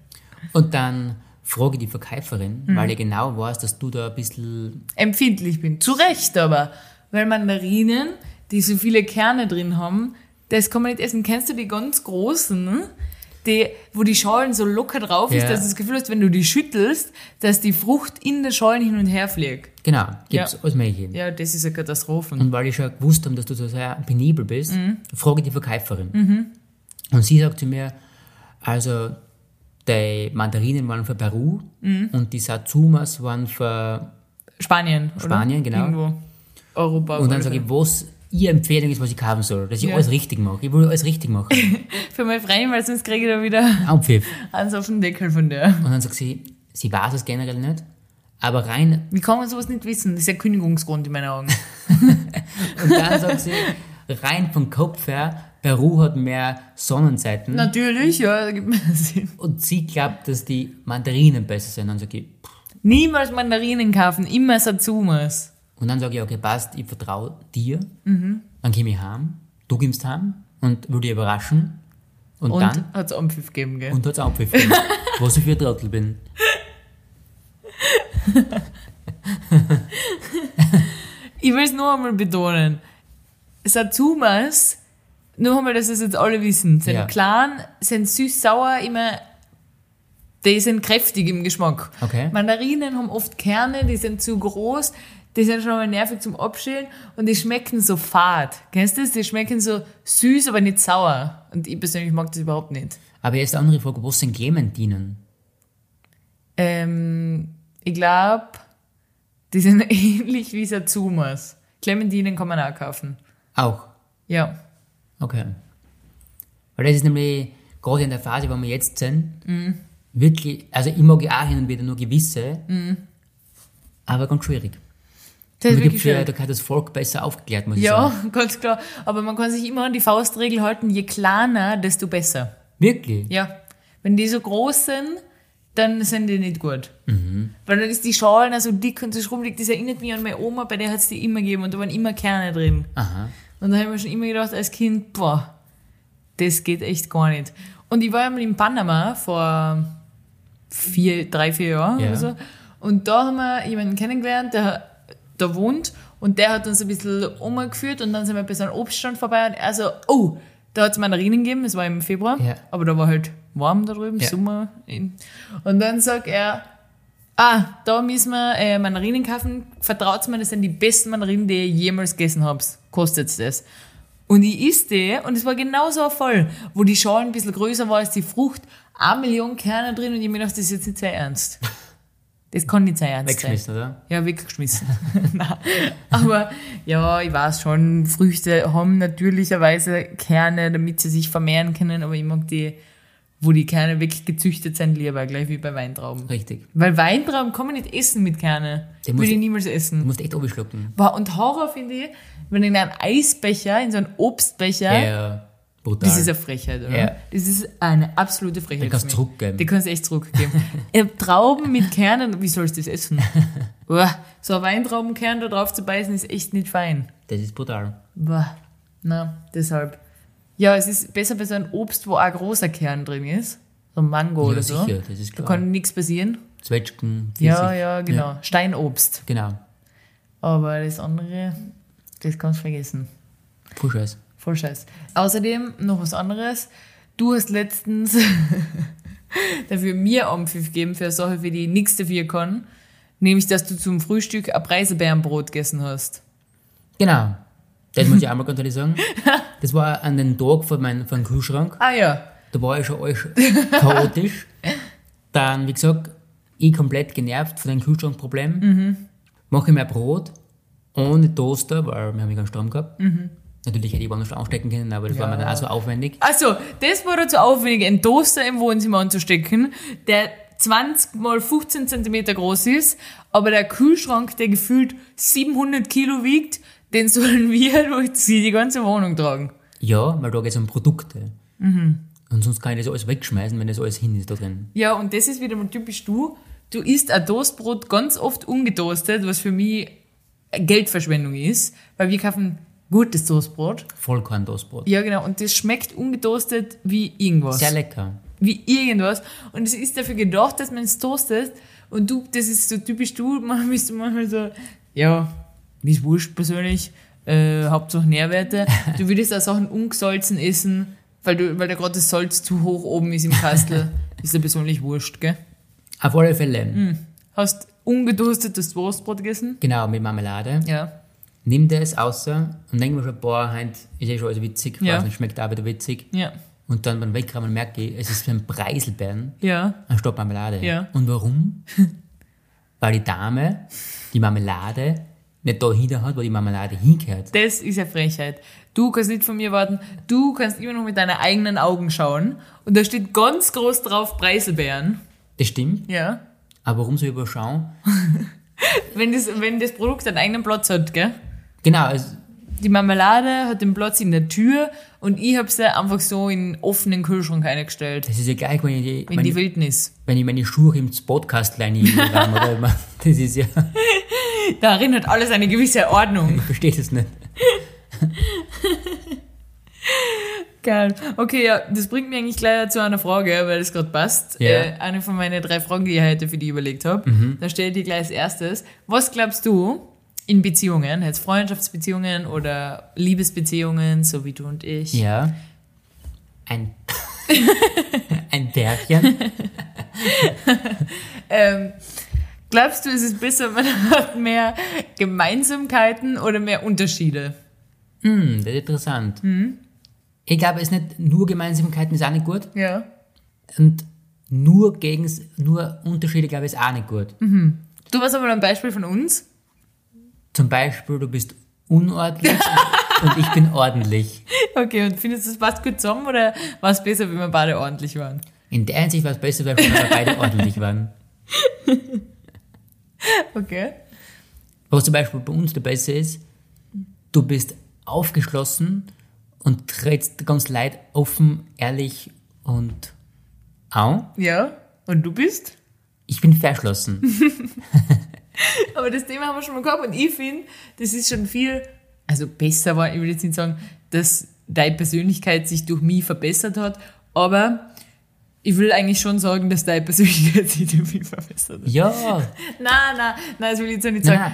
S3: und dann frage ich die Verkäuferin,
S4: Mhm.
S3: weil ich genau weiß, dass du da ein bisschen,
S4: empfindlich bin. Zu Recht aber, weil Mandarinen, die so viele Kerne drin haben, das kann man nicht essen. Kennst du die ganz großen, ne? die, wo die Schalen so locker drauf ist,
S3: Ja.
S4: dass du das Gefühl hast, wenn du die schüttelst, dass die Frucht in der Schalen hin und her fliegt.
S3: genau, gibt es
S4: Ja.
S3: alles Mögliche.
S4: Ja, das ist eine Katastrophe.
S3: Und weil ich schon gewusst habe, dass du so sehr penibel bist, frage ich die Verkäuferin. Und sie sagt zu mir, also die Mandarinen waren für Peru und die Satsumas waren für...
S4: Spanien, oder?
S3: Spanien, genau.
S4: Irgendwo. Europa.
S3: Und dann
S4: oder
S3: sage ich, was ihre Empfehlung ist, was ich haben soll. Dass ich
S4: Ja.
S3: alles richtig mache. Ich will alles richtig machen.
S4: so. Für meine Freundin, weil sonst kriege ich da wieder
S3: Am Pfiff.
S4: eins auf den Deckel von der.
S3: Und dann sagt sie, sie weiß es generell nicht, aber rein...
S4: Wie kann man sowas nicht wissen? Das ist ja Kündigungsgrund in meinen Augen.
S3: Und dann sagt sie, rein vom Kopf her, Peru hat mehr Sonnenseiten.
S4: Natürlich, ja, gibt mir Sinn.
S3: Und sie glaubt, dass die Mandarinen besser sind. Und dann sage ich,
S4: Niemals Mandarinen kaufen, immer Satsumas.
S3: Und dann sage ich, okay, passt, ich vertraue dir.
S4: Mhm.
S3: Dann komme ich heim, du kommst heim und würde dich überraschen. Und,
S4: Und
S3: dann,
S4: hat's Anpfiff gegeben, gell?
S3: und hat es aufgepfiffen, was ich für ein Trottel bin.
S4: Ich will's nur einmal betonen. Satsumas, nur einmal, dass es jetzt alle wissen, sind
S3: Ja.
S4: klein, sind süß-sauer, immer, die sind kräftig im Geschmack.
S3: Okay.
S4: Mandarinen haben oft Kerne, die sind zu groß, die sind schon mal nervig zum Abschälen und die schmecken so fad. Kennst du das? Die schmecken so süß, aber nicht sauer. Und ich persönlich mag das überhaupt nicht.
S3: Aber jetzt die andere Frage, was sind Clementinen?
S4: Ähm, ich glaube, die sind ähnlich wie Satsumas. Clementinen kann man auch kaufen.
S3: Auch.
S4: Ja.
S3: Okay. Weil das ist nämlich gerade in der Phase, wo wir jetzt sind,
S4: Mhm. Mhm.
S3: wirklich, also ich mag ja auch hin und wieder nur gewisse, aber ganz schwierig.
S4: Der ist
S3: Nur gibt's
S4: wirklich
S3: ja,
S4: schön.
S3: da hat das Volk besser aufgeklärt, muss ich sagen.
S4: Ja, ganz klar. Aber man kann sich immer an die Faustregel halten, je kleiner, desto besser.
S3: Wirklich?
S4: Ja. Wenn die so groß sind, dann sind die nicht gut. Weil dann ist die Schale noch so dick und so schrumpelig. Das erinnert mich an meine Oma, bei der hat es die immer gegeben und da waren immer Kerne drin.
S3: Aha.
S4: Und da habe ich mir schon immer gedacht, als Kind, boah, das geht echt gar nicht. Und ich war einmal in Panama vor vier, drei, vier Jahren
S3: Ja.
S4: oder so. Und da haben wir jemanden kennengelernt, der da wohnt. Und der hat uns ein bisschen umgeführt und dann sind wir bis an Obststand vorbei. Und er so, oh, da hat es Mandarinen gegeben, es war im Februar.
S3: Ja.
S4: Aber da war halt warm da drüben,
S3: Ja.
S4: Sommer. Und dann sagt er, ah, da müssen wir äh, Mandarinen kaufen. Vertraut mir, das sind die besten Mandarinen, die ihr jemals gegessen habt. Kostet das. Und ich isst die und es war genauso ein Fall, wo die Schale ein bisschen größer war als die Frucht. Eine Million Kerne drin und ich mir dachte, das ist jetzt nicht sehr ernst. Das kann nicht sehr ernst sein.
S3: Weggeschmissen, oder?
S4: Ja, weggeschmissen. Nein. Aber ja, ich weiß schon, Früchte haben natürlicherweise Kerne, damit sie sich vermehren können, aber ich mag die, wo die Kerne weggezüchtet sind, lieber, gleich wie bei Weintrauben.
S3: Richtig.
S4: Weil Weintrauben kann man nicht essen mit Kerne.
S3: Den
S4: Würde
S3: muss-
S4: ich niemals
S3: Du
S4: essen.
S3: musst echt oberschlucken.
S4: Boah, und Horror finde ich, wenn in einem Eisbecher, in so einem Obstbecher,
S3: Ja, ja. Brutal.
S4: das ist eine Frechheit, oder?
S3: Ja.
S4: Das ist eine absolute Frechheit.
S3: Den kannst du
S4: für mich.
S3: zurückgeben.
S4: Den kannst du echt zurückgeben. Äh, Trauben mit Kernen, wie sollst du das essen? Uah, so ein Weintraubenkern da drauf zu beißen, ist echt nicht fein.
S3: das ist brutal.
S4: Uah, na, deshalb. Ja, es ist besser bei so einem Obst, wo auch ein großer Kern drin ist. So ein Mango
S3: Ja,
S4: oder so.
S3: sicher, das ist
S4: Da
S3: klar.
S4: kann nichts passieren.
S3: Zwetschgen, Pfirsich.
S4: Ja, ja, genau. Steinobst.
S3: Genau.
S4: Aber das andere, das kannst du vergessen.
S3: Voll scheiß.
S4: Voll scheiß. Außerdem noch was anderes. Du hast letztens dafür mir Anpfiff gegeben für eine Sache, für die ich nichts dafür kann. Nämlich, dass du zum Frühstück ein Preisebeerenbrot gegessen hast.
S3: Genau. Das muss ich einmal ganz ehrlich sagen. Das war an den Tag von meinem von Kühlschrank.
S4: Ah ja.
S3: Da war ich schon alles chaotisch. Dann, wie gesagt, ich komplett genervt von dem Kühlschrankproblem.
S4: Mhm.
S3: Mache ich mir ein Brot ohne Toaster, weil wir haben ja keinen Strom gehabt.
S4: Mhm.
S3: Natürlich hätte ich woanders anstecken können, aber das war mir dann auch so aufwendig.
S4: Also, das war dazu aufwendig, einen Toaster im Wohnzimmer anzustecken, der 20 mal 15 Zentimeter groß ist, aber der Kühlschrank, der gefühlt 700 Kilo wiegt, den sollen wir durch die ganze Wohnung tragen.
S3: Ja, weil da geht es um Produkte.
S4: Mhm.
S3: Und sonst kann ich das alles wegschmeißen, wenn das alles hin ist da drin.
S4: Ja, und das ist wieder mal typisch du. Du isst ein Toastbrot ganz oft ungetoastet, was für mich Geldverschwendung ist, weil wir kaufen gutes Toastbrot.
S3: Vollkorn Toastbrot.
S4: Ja, genau. Und das schmeckt ungetoastet wie irgendwas.
S3: Sehr lecker.
S4: wie irgendwas. Und es ist dafür gedacht, dass man es toastet. Und du, das ist so typisch du, man bist du manchmal so, ja, mir ist wurscht persönlich, äh, Hauptsache Nährwerte. Du würdest auch Sachen ungesalzen essen, weil, du, weil da gerade das Salz zu hoch oben ist im Kastel. ist dir persönlich wurscht, gell?
S3: Auf alle Fälle.
S4: Mhm. Hast ungetoastetes Toastbrot gegessen?
S3: Genau, mit Marmelade.
S4: Ja.
S3: Nimm das außer und denk mir schon, boah, heint ist eh schon alles witzig,
S4: Ja.
S3: weiß nicht, schmeckt auch wieder witzig.
S4: Ja.
S3: Und dann beim Wegkramen merke ich, eh, es ist ein Preiselbeeren
S4: Ja.
S3: anstatt Marmelade.
S4: Ja.
S3: Und warum? Weil die Dame die Marmelade nicht da hinter hat, wo die Marmelade hingehört.
S4: Das ist ja Frechheit. Du kannst nicht von mir warten. Du kannst immer noch mit deinen eigenen Augen schauen. Und da steht ganz groß drauf Preiselbeeren.
S3: Das stimmt,
S4: Ja.
S3: aber warum so überschauen?
S4: Wenn das, wenn das Produkt einen eigenen Platz hat, gell?
S3: Genau, es,
S4: Die Marmelade hat den Platz in der Tür und ich habe sie einfach so in einen offenen Kühlschrank eingestellt.
S3: das ist ja gleich, wenn ich, die,
S4: In
S3: wenn,
S4: die
S3: ich,
S4: Wildnis.
S3: wenn ich meine Schuhe ins Podcast reinrahmen oder immer. Das ist ja,
S4: Darin hat alles eine gewisse Ordnung.
S3: ich verstehe das nicht.
S4: Geil. Okay, ja, das bringt mich eigentlich gleich zu einer Frage, weil das gerade passt.
S3: Ja. Mhm.
S4: Äh, eine von meinen drei Fragen, die ich heute für dich überlegt habe. Da stelle ich dir gleich als erstes. Was glaubst du in Beziehungen, jetzt Freundschaftsbeziehungen oder Liebesbeziehungen, so wie du und ich?
S3: Ja. Ein, ein Bärchen.
S4: Ähm, glaubst du, ist es besser, man hat mehr Gemeinsamkeiten oder mehr Unterschiede?
S3: Hm, das ist interessant. Ich glaube, es ist nicht nur Gemeinsamkeiten ist auch nicht gut
S4: Ja.
S3: und nur gegen nur Unterschiede, glaube ich, ist auch nicht gut.
S4: Du warst aber ein Beispiel von uns.
S3: Zum Beispiel, du bist unordentlich und ich bin ordentlich.
S4: Okay, und findest du, es passt gut zusammen oder war es besser, wenn wir beide ordentlich waren?
S3: In der Hinsicht war es besser, weil wir beide ordentlich waren.
S4: Okay.
S3: Was zum Beispiel bei uns der Beste ist, du bist aufgeschlossen und trittst ganz leid, offen, ehrlich und auch.
S4: Ja. Und du bist?
S3: Ich bin verschlossen.
S4: Aber das Thema haben wir schon mal gehabt und ich finde, das ist schon viel, also besser war, ich will jetzt nicht sagen, dass deine Persönlichkeit sich durch mich verbessert hat, aber ich will eigentlich schon sagen, dass deine Persönlichkeit sich durch mich verbessert hat.
S3: ja,
S4: Nein, nein, nein, das will ich jetzt auch nicht
S3: nein,
S4: sagen.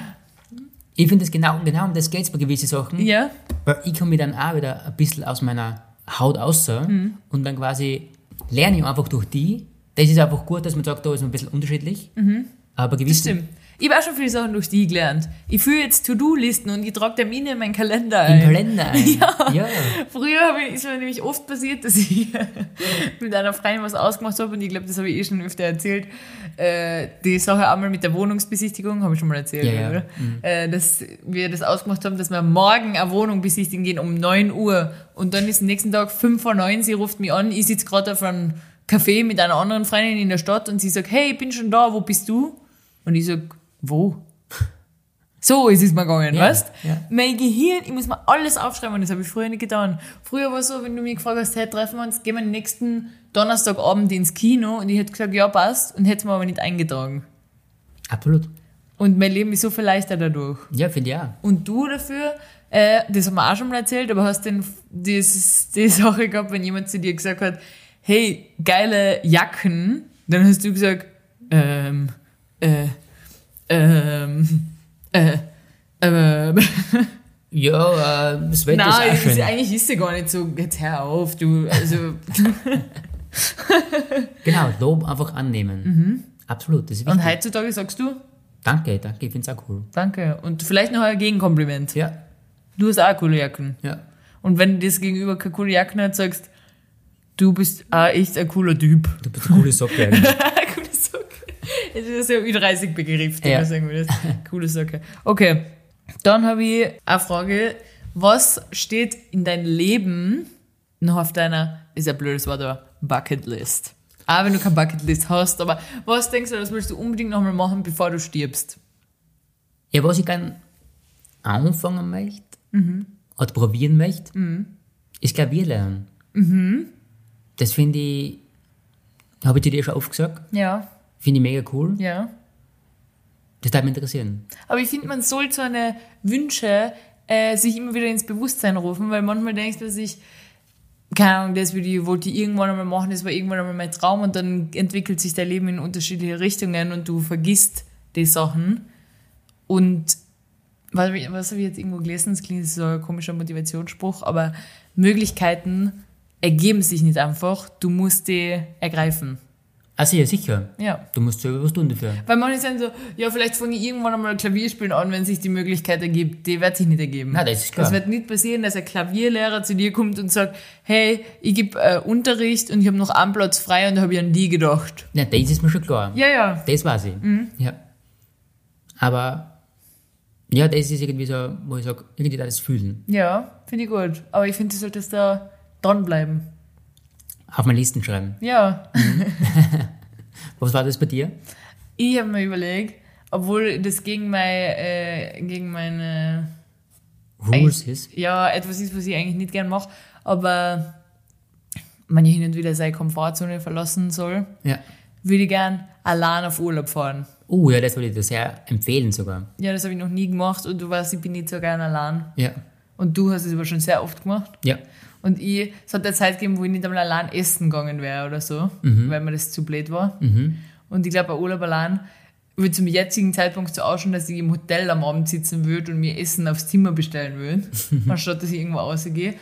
S3: nein. Ich finde es genau, genau um das geht es bei gewissen Sachen.
S4: Ja,
S3: Weil ich komme mich dann auch wieder ein bisschen aus meiner Haut raus
S4: Mhm.
S3: und dann quasi lerne ich einfach durch die. Das ist einfach gut, dass man sagt, da ist man ein bisschen unterschiedlich. Aber
S4: Mhm. das
S3: gewissen
S4: stimmt. Ich habe auch schon viele Sachen durch die gelernt. Ich führe jetzt To-Do-Listen und ich trage Termine in meinen Kalender ein.
S3: im Kalender ein.
S4: Äh, Ja.
S3: ja.
S4: Früher habe ich- ist mir nämlich oft passiert, dass ich mit einer Freundin was ausgemacht habe und ich glaube, das habe ich eh schon öfter erzählt. Äh, die Sache einmal mit der Wohnungsbesichtigung, habe ich schon mal erzählt,
S3: Ja, Mhm. ja.
S4: oder? Äh, dass wir das ausgemacht haben, dass wir morgen eine Wohnung besichtigen gehen um 9 Uhr und dann ist am nächsten Tag 5 vor 9, sie ruft mich an, ich sitze gerade auf einem Café mit einer anderen Freundin in der Stadt und sie sagt, hey, ich bin schon da, wo bist du? Und ich sage, wo? So ist es mir gegangen,
S3: Ja,
S4: weißt
S3: ja.
S4: Mein Gehirn, ich muss mir alles aufschreiben und das habe ich früher nicht getan. Früher war es so, wenn du mich gefragt hast, hey, treffen wir uns, gehen wir nächsten Donnerstagabend ins Kino und ich hätte gesagt, ja, passt und hätte es mir aber nicht eingetragen.
S3: Absolut.
S4: Und mein Leben ist so viel leichter dadurch.
S3: Ja, finde ich auch.
S4: Und du dafür, äh, das haben wir auch schon mal erzählt, aber hast denn dieses, die Sache gehabt, wenn jemand zu dir gesagt hat, hey, geile Jacken, dann hast du gesagt, ähm, äh, ähm, äh, ähm.
S3: Ja, äh, das Wetter
S4: Nein,
S3: ist auch
S4: ist
S3: schön.
S4: eigentlich ist sie gar nicht so, jetzt hör auf, du, also,
S3: Genau, Lob einfach annehmen. Absolut, das ist
S4: Mhm. und
S3: wichtig.
S4: heutzutage sagst du,
S3: danke, danke, ich finde es auch cool.
S4: danke, und vielleicht noch ein Gegenkompliment,
S3: Ja,
S4: du hast auch coole Jacken.
S3: ja.
S4: Und wenn dir das gegenüber keine coole Jacken hat, sagst, du bist auch echt ein cooler Typ.
S3: Du bist eine coole Socke. eigentlich.
S4: coole Socke. Das ist ja Ü30 Begriff, den
S3: Ja.
S4: man sagen würde. Coole Socke. Okay, dann habe ich eine Frage. Was steht in deinem Leben noch auf deiner, ist ein blödes Wort, aber Bucketlist? Auch wenn du keine Bucketlist hast, aber was denkst du, das willst du unbedingt nochmal machen, bevor du stirbst?
S3: ja, was ich gerne anfangen möchte
S4: Mhm.
S3: oder probieren möchte, ist Klavier lernen.
S4: Mhm.
S3: Das finde ich, habe ich dir eh schon oft gesagt,
S4: Ja,
S3: finde ich mega cool.
S4: ja.
S3: Das würde mich interessieren.
S4: Aber ich finde, man soll so eine Wünsche äh, sich immer wieder ins Bewusstsein rufen, weil manchmal denkst du sich, keine Ahnung, das würde ich, wollte ich irgendwann einmal machen, das war irgendwann einmal mein Traum und dann entwickelt sich dein Leben in unterschiedliche Richtungen und du vergisst die Sachen. Und was, hab ich- was habe ich jetzt irgendwo gelesen? Das klingt so ein komischer Motivationsspruch, aber Möglichkeiten ergeben sich nicht einfach, du musst die ergreifen.
S3: Also ja, sicher.
S4: Ja.
S3: Du musst selber was tun dafür.
S4: Weil manche sind so, ja, vielleicht fange ich irgendwann einmal Klavierspielen an, wenn sich die Möglichkeit ergibt. Die wird sich nicht ergeben.
S3: Na, das ist klar.
S4: Es wird nicht passieren, dass ein Klavierlehrer zu dir kommt und sagt, hey, ich gebe äh, Unterricht und ich habe noch einen Platz frei und da habe ich an die gedacht.
S3: Nein, das ist mir schon klar.
S4: Ja, ja.
S3: Das weiß ich. Ja. Aber ja, das ist irgendwie so, wo ich sage, irgendwie da das Fühlen.
S4: Ja, finde ich gut. Aber ich finde, du solltest da dranbleiben.
S3: Auf meine Listen schreiben.
S4: Ja.
S3: Was war das bei dir?
S4: Ich habe mir überlegt, obwohl das gegen, mein, äh, gegen meine
S3: Rules ist.
S4: Ja, etwas ist, was ich eigentlich nicht gern mache, aber man ja hin und wieder seine Komfortzone verlassen soll,
S3: Ja.
S4: würde ich gern allein auf Urlaub fahren.
S3: Oh, ja, das würde ich dir sehr empfehlen sogar.
S4: Ja, das habe ich noch nie gemacht und du weißt, ich bin nicht so gern allein.
S3: Ja.
S4: Und du hast es aber schon sehr oft gemacht.
S3: Ja.
S4: Und ich, es hat eine Zeit gegeben, wo ich nicht einmal allein essen gegangen wäre oder so, weil mir das zu blöd war.
S3: Mhm.
S4: Und ich glaube, ein Urlaub allein würde zum jetzigen Zeitpunkt so ausschauen, dass ich im Hotel am Abend sitzen würde und mir Essen aufs Zimmer bestellen würde, anstatt dass ich irgendwo rausgehe.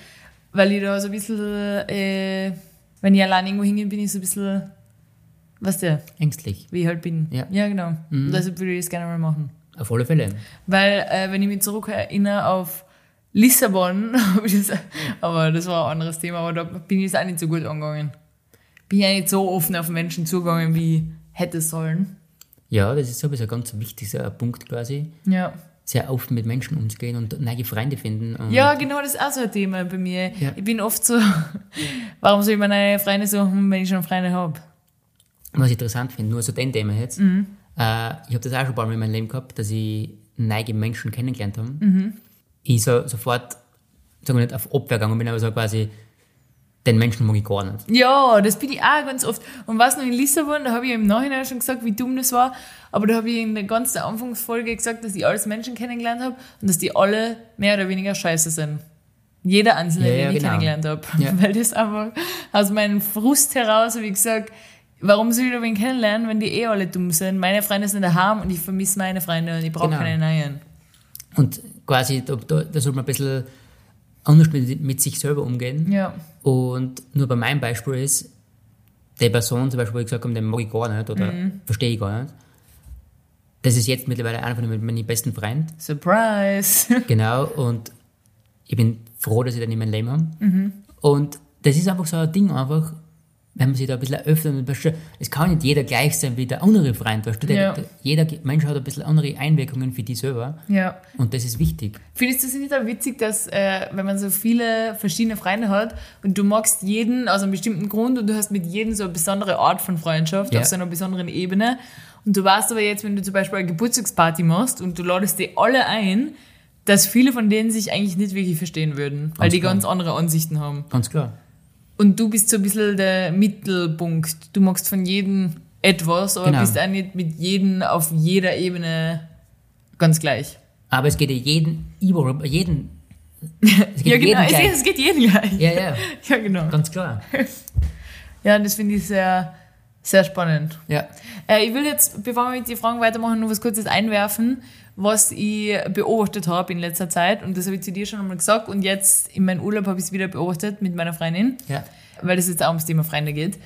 S4: Weil ich da so ein bisschen, äh, wenn ich allein irgendwo hingehe, bin ich so ein bisschen, weißt du,
S3: Ängstlich.
S4: wie ich halt bin.
S3: Ja.
S4: genau. Und deshalb würde ich das gerne mal machen.
S3: Auf alle Fälle.
S4: Weil, äh, wenn ich mich zurückerinnere auf Lissabon, hab ich das, aber das war ein anderes Thema, aber da bin ich es auch nicht so gut angegangen. Bin ja nicht so offen auf Menschen zugegangen, wie ich hätte sollen.
S3: Ja, das ist sowieso ein ganz wichtiger Punkt quasi.
S4: Ja.
S3: Sehr offen mit Menschen umzugehen und neue Freunde finden. Und
S4: Ja, genau, das ist auch so ein Thema bei mir.
S3: Ja.
S4: Ich bin oft so, warum soll ich meine Freunde suchen, wenn ich schon Freunde habe?
S3: Was ich interessant finde, nur so dein Thema jetzt. Äh, ich habe das auch schon ein paar Mal in meinem Leben gehabt, dass ich neige Menschen kennengelernt habe, ich so, sofort sagen wir nicht auf Abwehr gegangen bin, aber so quasi, den Menschen mag ich gar nicht.
S4: Ja, das bin ich auch ganz oft. Und was noch in Lissabon, da habe ich im Nachhinein schon gesagt, wie dumm das war, aber da habe ich in der ganzen Anfangsfolge gesagt, dass ich alles Menschen kennengelernt habe und dass die alle mehr oder weniger scheiße sind. Jeder einzelne,
S3: Ja,
S4: den
S3: ja,
S4: ich
S3: genau.
S4: kennengelernt habe.
S3: Ja.
S4: Weil das einfach aus meinem Frust heraus habe ich gesagt, warum soll ich da wen kennenlernen, wenn die eh alle dumm sind? Meine Freunde sind daheim und ich vermisse meine Freunde und ich brauche
S3: Genau.
S4: keine neuen.
S3: Und quasi, da, da, da sollte man ein bisschen anders mit, mit sich selber umgehen.
S4: Ja.
S3: Und nur bei meinem Beispiel ist, die Person zum Beispiel, wo ich gesagt habe, den mag ich gar nicht oder verstehe ich gar nicht, das ist jetzt mittlerweile einer von meinen besten Freunden.
S4: Surprise!
S3: Genau, und ich bin froh, dass ich den in meinem Leben habe.
S4: Mhm.
S3: Und das ist einfach so ein Ding, einfach, wenn man sich da ein bisschen öffnet. und weißt du, Es kann nicht jeder gleich sein wie der andere Freund. Weißt du? der,
S4: Ja.
S3: der, jeder Mensch hat ein bisschen andere Einwirkungen für die selber.
S4: ja.
S3: Und das ist wichtig.
S4: Findest du es nicht auch witzig, dass äh, wenn man so viele verschiedene Freunde hat und du magst jeden aus einem bestimmten Grund und du hast mit jedem so eine besondere Art von Freundschaft
S3: Ja.
S4: auf so einer besonderen Ebene und du weißt aber jetzt, wenn du zum Beispiel eine Geburtstagsparty machst und du ladest die alle ein, dass viele von denen sich eigentlich nicht wirklich verstehen würden, weil
S3: Ganz
S4: die
S3: klar.
S4: ganz andere Ansichten haben.
S3: Ganz klar.
S4: Und du bist so ein bisschen der Mittelpunkt. Du magst von jedem etwas, aber
S3: Genau.
S4: bist auch nicht mit jedem auf jeder Ebene ganz gleich.
S3: Aber es geht ja jeden, überall, jeden. Es geht
S4: Ja, genau.
S3: jeden
S4: Es
S3: gleich.
S4: es geht jedem gleich.
S3: Ja, ja,
S4: Ja, genau.
S3: ganz klar.
S4: Ja, das finde ich sehr, sehr spannend.
S3: Ja.
S4: Äh, ich will jetzt, bevor wir mit den Fragen weitermachen, nur was Kurzes einwerfen, was ich beobachtet habe in letzter Zeit. Und das habe ich zu dir schon einmal gesagt. Und jetzt in meinem Urlaub habe ich es wieder beobachtet mit meiner Freundin,
S3: ja.
S4: weil das jetzt auch ums Thema Freunde geht.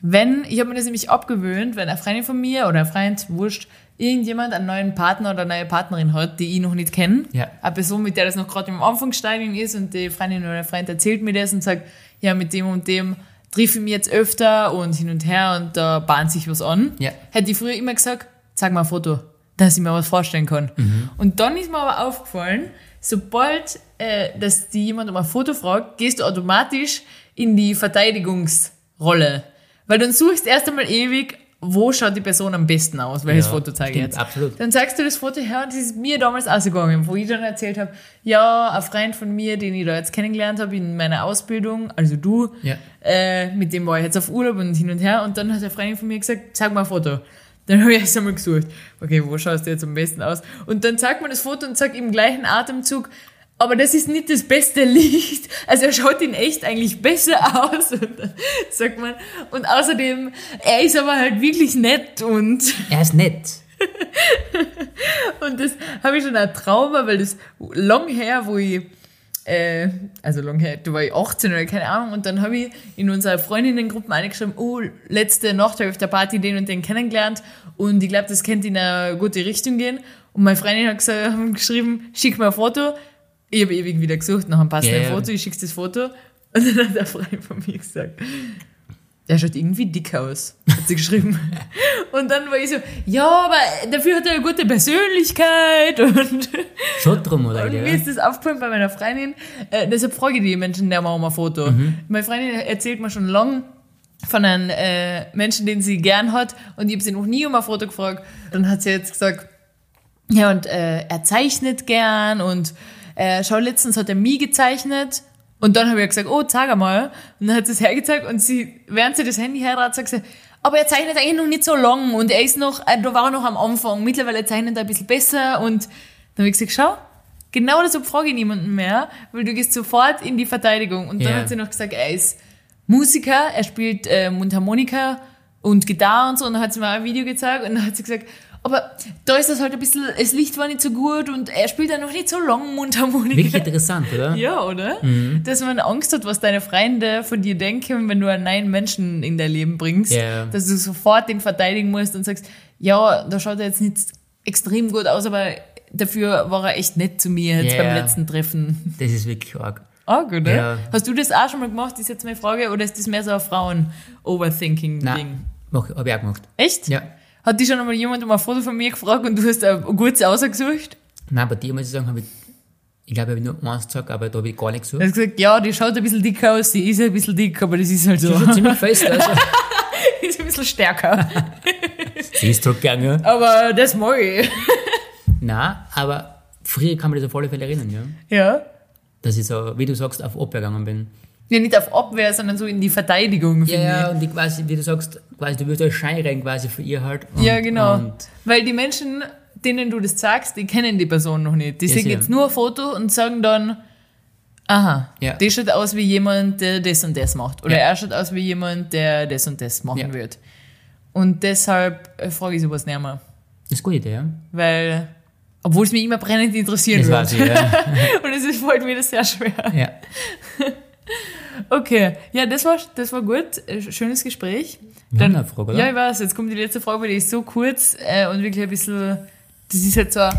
S4: Wenn, ich habe mir das nämlich abgewöhnt, wenn eine Freundin von mir oder ein Freund, wurscht, irgendjemand einen neuen Partner oder eine neue Partnerin hat, die ich noch nicht kenne,
S3: Ja.
S4: eine Person, mit der das noch gerade im Anfangsstadium ist und die Freundin oder der Freund erzählt mir das und sagt, ja, mit dem und dem triff ich mich jetzt öfter und hin und her und da bahnt sich was an.
S3: Ja.
S4: Hätte ich früher immer gesagt, zeig mal ein Foto, dass ich mir was vorstellen kann.
S3: Mhm.
S4: Und dann ist mir aber aufgefallen, sobald äh, dass die jemand um ein Foto fragt, gehst du automatisch in die Verteidigungsrolle. Weil dann suchst erst einmal ewig, wo schaut die Person am besten aus, welches
S3: Ja,
S4: Foto zeige ich
S3: stimmt,
S4: jetzt.
S3: absolut.
S4: Dann zeigst du das Foto her und das ist mir damals auch so gegangen, wo ich dann erzählt habe, ja, ein Freund von mir, den ich da jetzt kennengelernt habe in meiner Ausbildung, also du,
S3: Ja.
S4: äh, mit dem war ich jetzt auf Urlaub und hin und her und dann hat der Freund von mir gesagt, zeig mal ein Foto. Dann habe ich erst einmal gesucht, okay, wo schaust du jetzt am besten aus? Und dann zeigt man das Foto und sagt im gleichen Atemzug, aber das ist nicht das beste Licht. Also er schaut in echt eigentlich besser aus, und dann sagt man. Und außerdem, er ist aber halt wirklich nett und
S3: Er ist nett.
S4: und das habe ich schon ein Trauma, weil das lang her, wo ich, äh, also lang her, da war ich 18 oder keine Ahnung, und dann habe ich in unserer Freundinnengruppen eingeschrieben, oh, letzte Nacht habe ich auf der Party den und den kennengelernt und ich glaube, das könnte in eine gute Richtung gehen. Und meine Freundin hat gesagt, haben geschrieben, schick mir ein Foto. Ich habe ewig wieder gesucht nach einem passenden
S3: Ja, ja.
S4: Foto, ich schicke das Foto. Und dann hat der Freund von mir gesagt, der schaut irgendwie dick aus, hat sie geschrieben. Und dann war ich so, ja, aber dafür hat er eine gute Persönlichkeit. Und,
S3: Schon drum, oder?
S4: und mir
S3: ja.
S4: ist das aufgefallen bei meiner Freundin. Äh, deshalb frage ich die Menschen der mal um ein Foto. Meine Freundin erzählt mir schon lange von einem äh, Menschen, den sie gern hat. Und ich habe sie noch nie um ein Foto gefragt. Dann hat sie jetzt gesagt, ja, und äh, er zeichnet gern und äh, schau, letztens hat er mich gezeichnet. Und dann habe ich gesagt, oh, zeig mal. Und dann hat sie es hergezeigt und sie, während sie das Handy herrat, sagt sie, aber er zeichnet eigentlich noch nicht so lang und er ist noch, äh, da war er noch am Anfang. Mittlerweile zeichnet er ein bisschen besser und dann habe ich gesagt, schau, genau deshalb frage ich niemanden mehr, weil du gehst sofort in die Verteidigung. Und dann
S3: Ja.
S4: hat sie noch gesagt, er ist Musiker, er spielt äh, Mundharmonika und Gitarre und so. Und dann hat sie mir auch ein Video gezeigt und dann hat sie gesagt, aber da ist das halt ein bisschen, das Licht war nicht so gut und er spielt dann noch nicht so lange Mundharmonika.
S3: Wirklich Mhm. interessant, oder?
S4: Ja, oder? Dass man Angst hat, was deine Freunde von dir denken, wenn du einen neuen Menschen in dein Leben bringst.
S3: Ja.
S4: Dass du sofort den verteidigen musst und sagst, ja, da schaut er jetzt nicht extrem gut aus, aber dafür war er echt nett zu mir jetzt
S3: Ja.
S4: beim letzten Treffen.
S3: Das ist wirklich arg.
S4: Arg, oder?
S3: Ja.
S4: Hast du das auch schon mal gemacht, ist jetzt meine Frage, oder ist das mehr so ein Frauen-Overthinking-Ding?
S3: Nein, mach, hab ich auch gemacht.
S4: Echt?
S3: Ja.
S4: Hat dich schon einmal jemand um ein Foto von mir gefragt und du hast ein gutes ausgesucht?
S3: Nein, bei dir muss ich sagen, habe ich, ich glaube, ich habe nur eins gesagt, aber da habe ich gar nichts
S4: Du
S3: gesagt.
S4: hast gesagt, ja, die schaut ein bisschen dick aus, die ist ein bisschen dick, aber das ist halt so.
S3: Das ist schon ziemlich fest, also.
S4: Die ist ein bisschen stärker.
S3: Sie ist zurückgegangen.
S4: Aber das mag ich.
S3: Na, aber früher kann man das auf alle Fälle erinnern, ja.
S4: Ja.
S3: Dass ich so, wie du sagst, auf Abwehr gegangen bin.
S4: Ja, nicht auf Abwehr, sondern so in die Verteidigung,
S3: Ja,
S4: finde
S3: ja, und ich quasi, wie du sagst, quasi, du wirst als Scheinrein quasi für ihr halt. Und,
S4: ich. Ja, genau.
S3: Und
S4: Weil die Menschen, denen du das sagst, die kennen die Person noch nicht. Die
S3: Ja,
S4: sehen
S3: sicher.
S4: jetzt nur ein Foto und sagen dann, aha,
S3: Ja.
S4: der schaut aus wie jemand, der das und das macht. Oder
S3: Ja.
S4: er schaut aus wie jemand, der das und das machen
S3: Ja.
S4: wird. Und deshalb äh, frage ich sowas nicht mehr.
S3: das ist eine gute Idee, ja.
S4: Weil, obwohl es mich immer brennend interessieren
S3: Das
S4: würde.
S3: weiß ich, ja.
S4: Und es ist, fällt mir das sehr schwer.
S3: ja.
S4: Okay, ja, das war, das war gut. Äh, Schönes Gespräch.
S3: Wir haben noch eine Frage, oder?
S4: Ja, ich weiß. Jetzt kommt die letzte Frage, weil die ist so kurz äh, und wirklich ein bisschen. Das ist halt so ein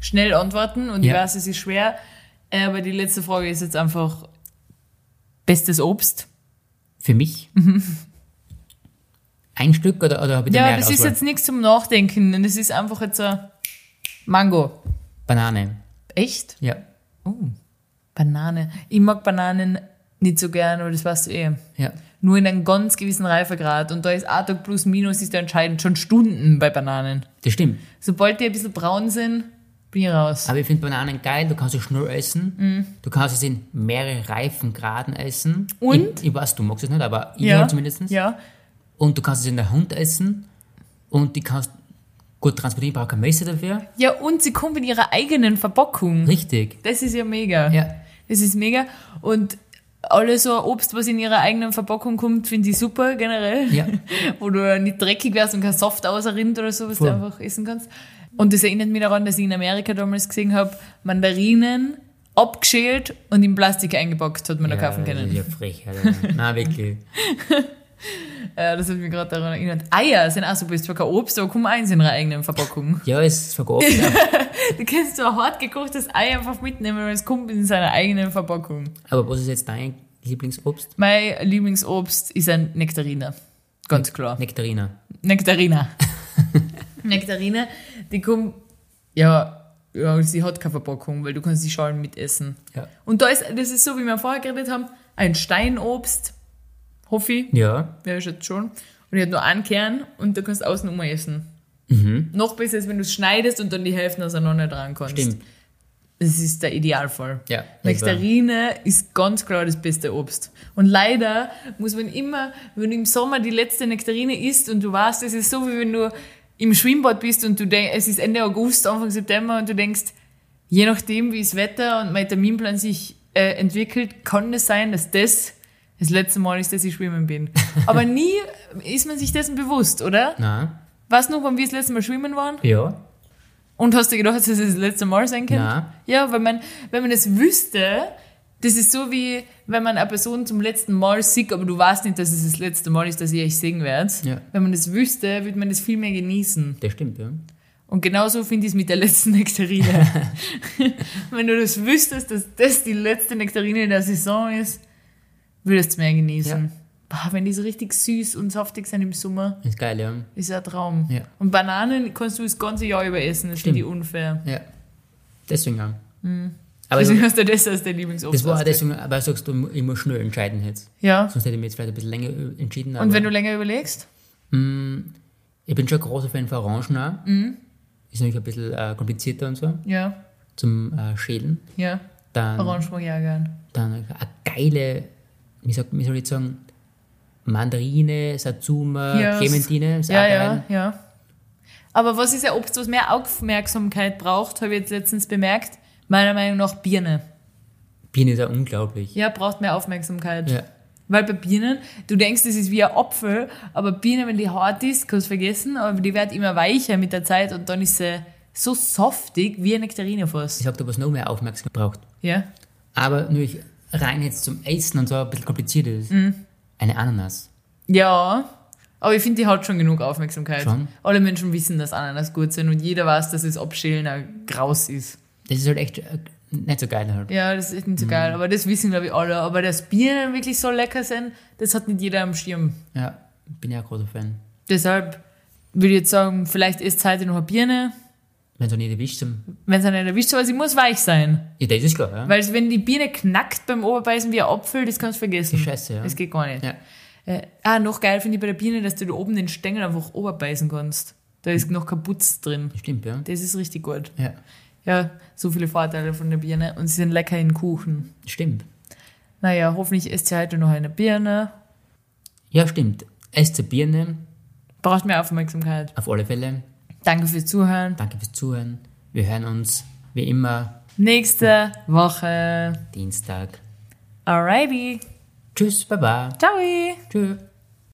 S4: schnell antworten und ich
S3: Ja.
S4: weiß, es ist schwer. Äh, aber die letzte Frage ist jetzt einfach: Bestes Obst?
S3: Für mich? Ein Stück oder, oder habe ich da
S4: Ja,
S3: mehrere
S4: das ist
S3: Auswahl?
S4: jetzt nichts zum Nachdenken. denn Das ist einfach jetzt ein Mango.
S3: Banane.
S4: Echt?
S3: Ja.
S4: Oh, Banane. Ich mag Bananen nicht so gern, aber das weißt du eh.
S3: ja.
S4: Nur in einem ganz gewissen Reifegrad. Und da ist A-Tag plus minus ist da entscheidend. Schon Stunden bei Bananen.
S3: Das stimmt.
S4: Sobald die ein bisschen braun sind, bin ich raus.
S3: Aber ich finde Bananen geil, du kannst sie schnell essen.
S4: Mhm.
S3: Du kannst es in mehreren Reifengraden essen.
S4: Und?
S3: Ich, ich weiß, du magst es nicht, aber ich
S4: ja,
S3: halt zumindest.
S4: Ja.
S3: Und du kannst es in der Hand essen. Und die kannst gut transportieren, ich brauche keine Messer dafür.
S4: ja, und sie kommt in ihrer eigenen Verpackung.
S3: Richtig.
S4: Das ist ja mega.
S3: Ja.
S4: Das ist mega. Und alles so ein Obst, was in ihrer eigenen Verpackung kommt, finde ich super generell.
S3: Ja.
S4: Wo du nicht dreckig wärst und kein Saft ausrinnt oder so, was
S3: Voll.
S4: du einfach essen kannst. Und das erinnert mich daran, dass ich in Amerika damals gesehen habe, Mandarinen abgeschält und in Plastik eingepackt hat man da kaufen
S3: das
S4: können.
S3: ist Ja, frech, Alter. Nein, wirklich.
S4: Äh, das hat mich gerade daran erinnert. Eier sind auch super, ist zwar kein Obst, aber komm eins in ihrer eigenen Verpackung.
S3: Ja, es ist vergossen. aber-
S4: Du kannst so ein hart gekochtes Ei einfach mitnehmen, weil es kommt in seiner eigenen Verpackung.
S3: Aber was ist jetzt dein Lieblingsobst?
S4: Mein Lieblingsobst ist ein Nektariner. Ganz klar.
S3: Nektarina.
S4: Nektarina. Nektarina, die kommt, ja, ja, sie hat keine Verpackung, weil du kannst die Schalen mitessen.
S3: Ja.
S4: Und da ist, das ist so, wie wir vorher geredet haben, ein Steinobst, hoffe ich,
S3: Ja.
S4: wäre ich jetzt schon. Und die hat nur einen Kern und da kannst du außen immer essen. Noch besser ist, wenn du es schneidest und dann die Hälften auseinander dran kannst.
S3: Mhm. Stimmt.
S4: Das ist der Idealfall.
S3: Ja,
S4: Nektarine ist ganz klar das beste Obst. Und leider muss man immer, wenn du im Sommer die letzte Nektarine isst und du weißt, es ist so, wie wenn du im Schwimmbad bist und du denkst, es ist Ende August, Anfang September und du denkst, je nachdem, wie das Wetter und mein Terminplan sich äh, entwickelt, kann es sein, dass das das letzte Mal ist, dass ich schwimmen bin. Aber nie ist man sich dessen bewusst, oder?
S3: Nein.
S4: Weißt du noch, wann wir das letzte Mal schwimmen waren?
S3: Ja.
S4: Und hast du gedacht, dass es das letzte Mal sein könnte?
S3: Nein.
S4: Ja, wenn man, wenn man das wüsste, das ist so wie, wenn man eine Person zum letzten Mal sieht, aber du weißt nicht, dass es das letzte Mal ist, dass ihr euch sehen werdet.
S3: Ja.
S4: Wenn man das wüsste, würde man das viel mehr genießen.
S3: Das stimmt, ja.
S4: Und genauso finde ich es mit der letzten Nektarine. wenn du das wüsstest, dass das die letzte Nektarine der Saison ist, würdest du es mehr genießen.
S3: Ja.
S4: Boah, wenn die so richtig süß und saftig sind im Sommer,
S3: Ist geil, ja.
S4: ist ja ein Traum.
S3: Ja.
S4: Und Bananen kannst du das ganze Jahr über essen, das finde ich
S3: Stimmt.
S4: unfair.
S3: Ja. Deswegen ja.
S4: Mhm.
S3: Aber
S4: Deswegen
S3: das,
S4: hast du das als dein Lieblingsobst.
S3: das war halt auch
S4: ausgewählt.
S3: deswegen, weil du sagst, du mu- ich muss schnell entscheiden jetzt.
S4: Ja.
S3: Sonst hätte ich mich jetzt vielleicht ein bisschen länger ö- entschieden. Aber
S4: Und wenn du länger überlegst?
S3: Mm, ich bin schon ein großer Fan von Orangen auch.
S4: Mhm.
S3: Ist natürlich ein bisschen äh, komplizierter und so
S4: Ja.
S3: zum äh, Schälen.
S4: Ja.
S3: Dann,
S4: Orange mag ich auch gern.
S3: dann eine geile, wie, sagt, wie soll ich jetzt sagen, Mandarine, Satsuma,
S4: Ja,
S3: Clementine. Ist
S4: Ja,
S3: auch
S4: ja,
S3: geil.
S4: ja. Aber was ist ja Obst, was mehr Aufmerksamkeit braucht, habe ich jetzt letztens bemerkt. Meiner Meinung nach Birne.
S3: Bienen ist auch unglaublich.
S4: Ja, braucht mehr Aufmerksamkeit.
S3: Ja.
S4: Weil bei Birnen, du denkst, das ist wie ein Apfel, aber Birne, wenn die hart ist, kannst du vergessen, aber die wird immer weicher mit der Zeit und dann ist sie so saftig wie eine Nektarine fast.
S3: Ich sag dir, was noch mehr Aufmerksamkeit braucht.
S4: Ja.
S3: Aber natürlich rein jetzt zum Essen und so ein bisschen kompliziert ist.
S4: Mhm.
S3: Eine Ananas.
S4: Ja, aber ich finde, die hat schon genug Aufmerksamkeit.
S3: Schon?
S4: Alle Menschen wissen, dass Ananas gut sind und jeder weiß, dass es abschälen ein Graus ist.
S3: Das ist halt echt äh, nicht so geil halt.
S4: Ja, das ist echt nicht so geil, aber das wissen, glaube ich, alle. Aber dass Birnen wirklich so lecker sind, das hat nicht jeder am Schirm.
S3: Ja, bin ja ein großer Fan.
S4: Deshalb würde ich jetzt sagen, vielleicht isst heute noch eine Birne,
S3: Wenn so nicht erwischt zum.
S4: wenn es nicht erwischt, aber sie muss weich sein.
S3: Ja, das ist klar, ja.
S4: Weil wenn die Birne knackt beim Oberbeißen wie ein Apfel, das kannst du vergessen.
S3: Ist scheiße, ja.
S4: Das geht gar nicht.
S3: Ja.
S4: Äh, ah, noch geil finde ich bei der Birne, dass du da oben den Stängel einfach oberbeißen kannst. Da ist noch kein Putz drin.
S3: Stimmt, ja.
S4: Das ist richtig gut.
S3: Ja,
S4: Ja, so viele Vorteile von der Birne und sie sind lecker in Kuchen.
S3: stimmt.
S4: Naja, hoffentlich esst ihr heute noch eine Birne.
S3: Ja, stimmt. Esst Birne,
S4: Braucht mehr Aufmerksamkeit.
S3: auf alle Fälle.
S4: Danke fürs Zuhören.
S3: Danke fürs Zuhören. Wir hören uns wie immer
S4: Nächste Woche.
S3: Dienstag.
S4: Alrighty.
S3: Tschüss, Baba.
S4: Ciao.
S3: Tschüss.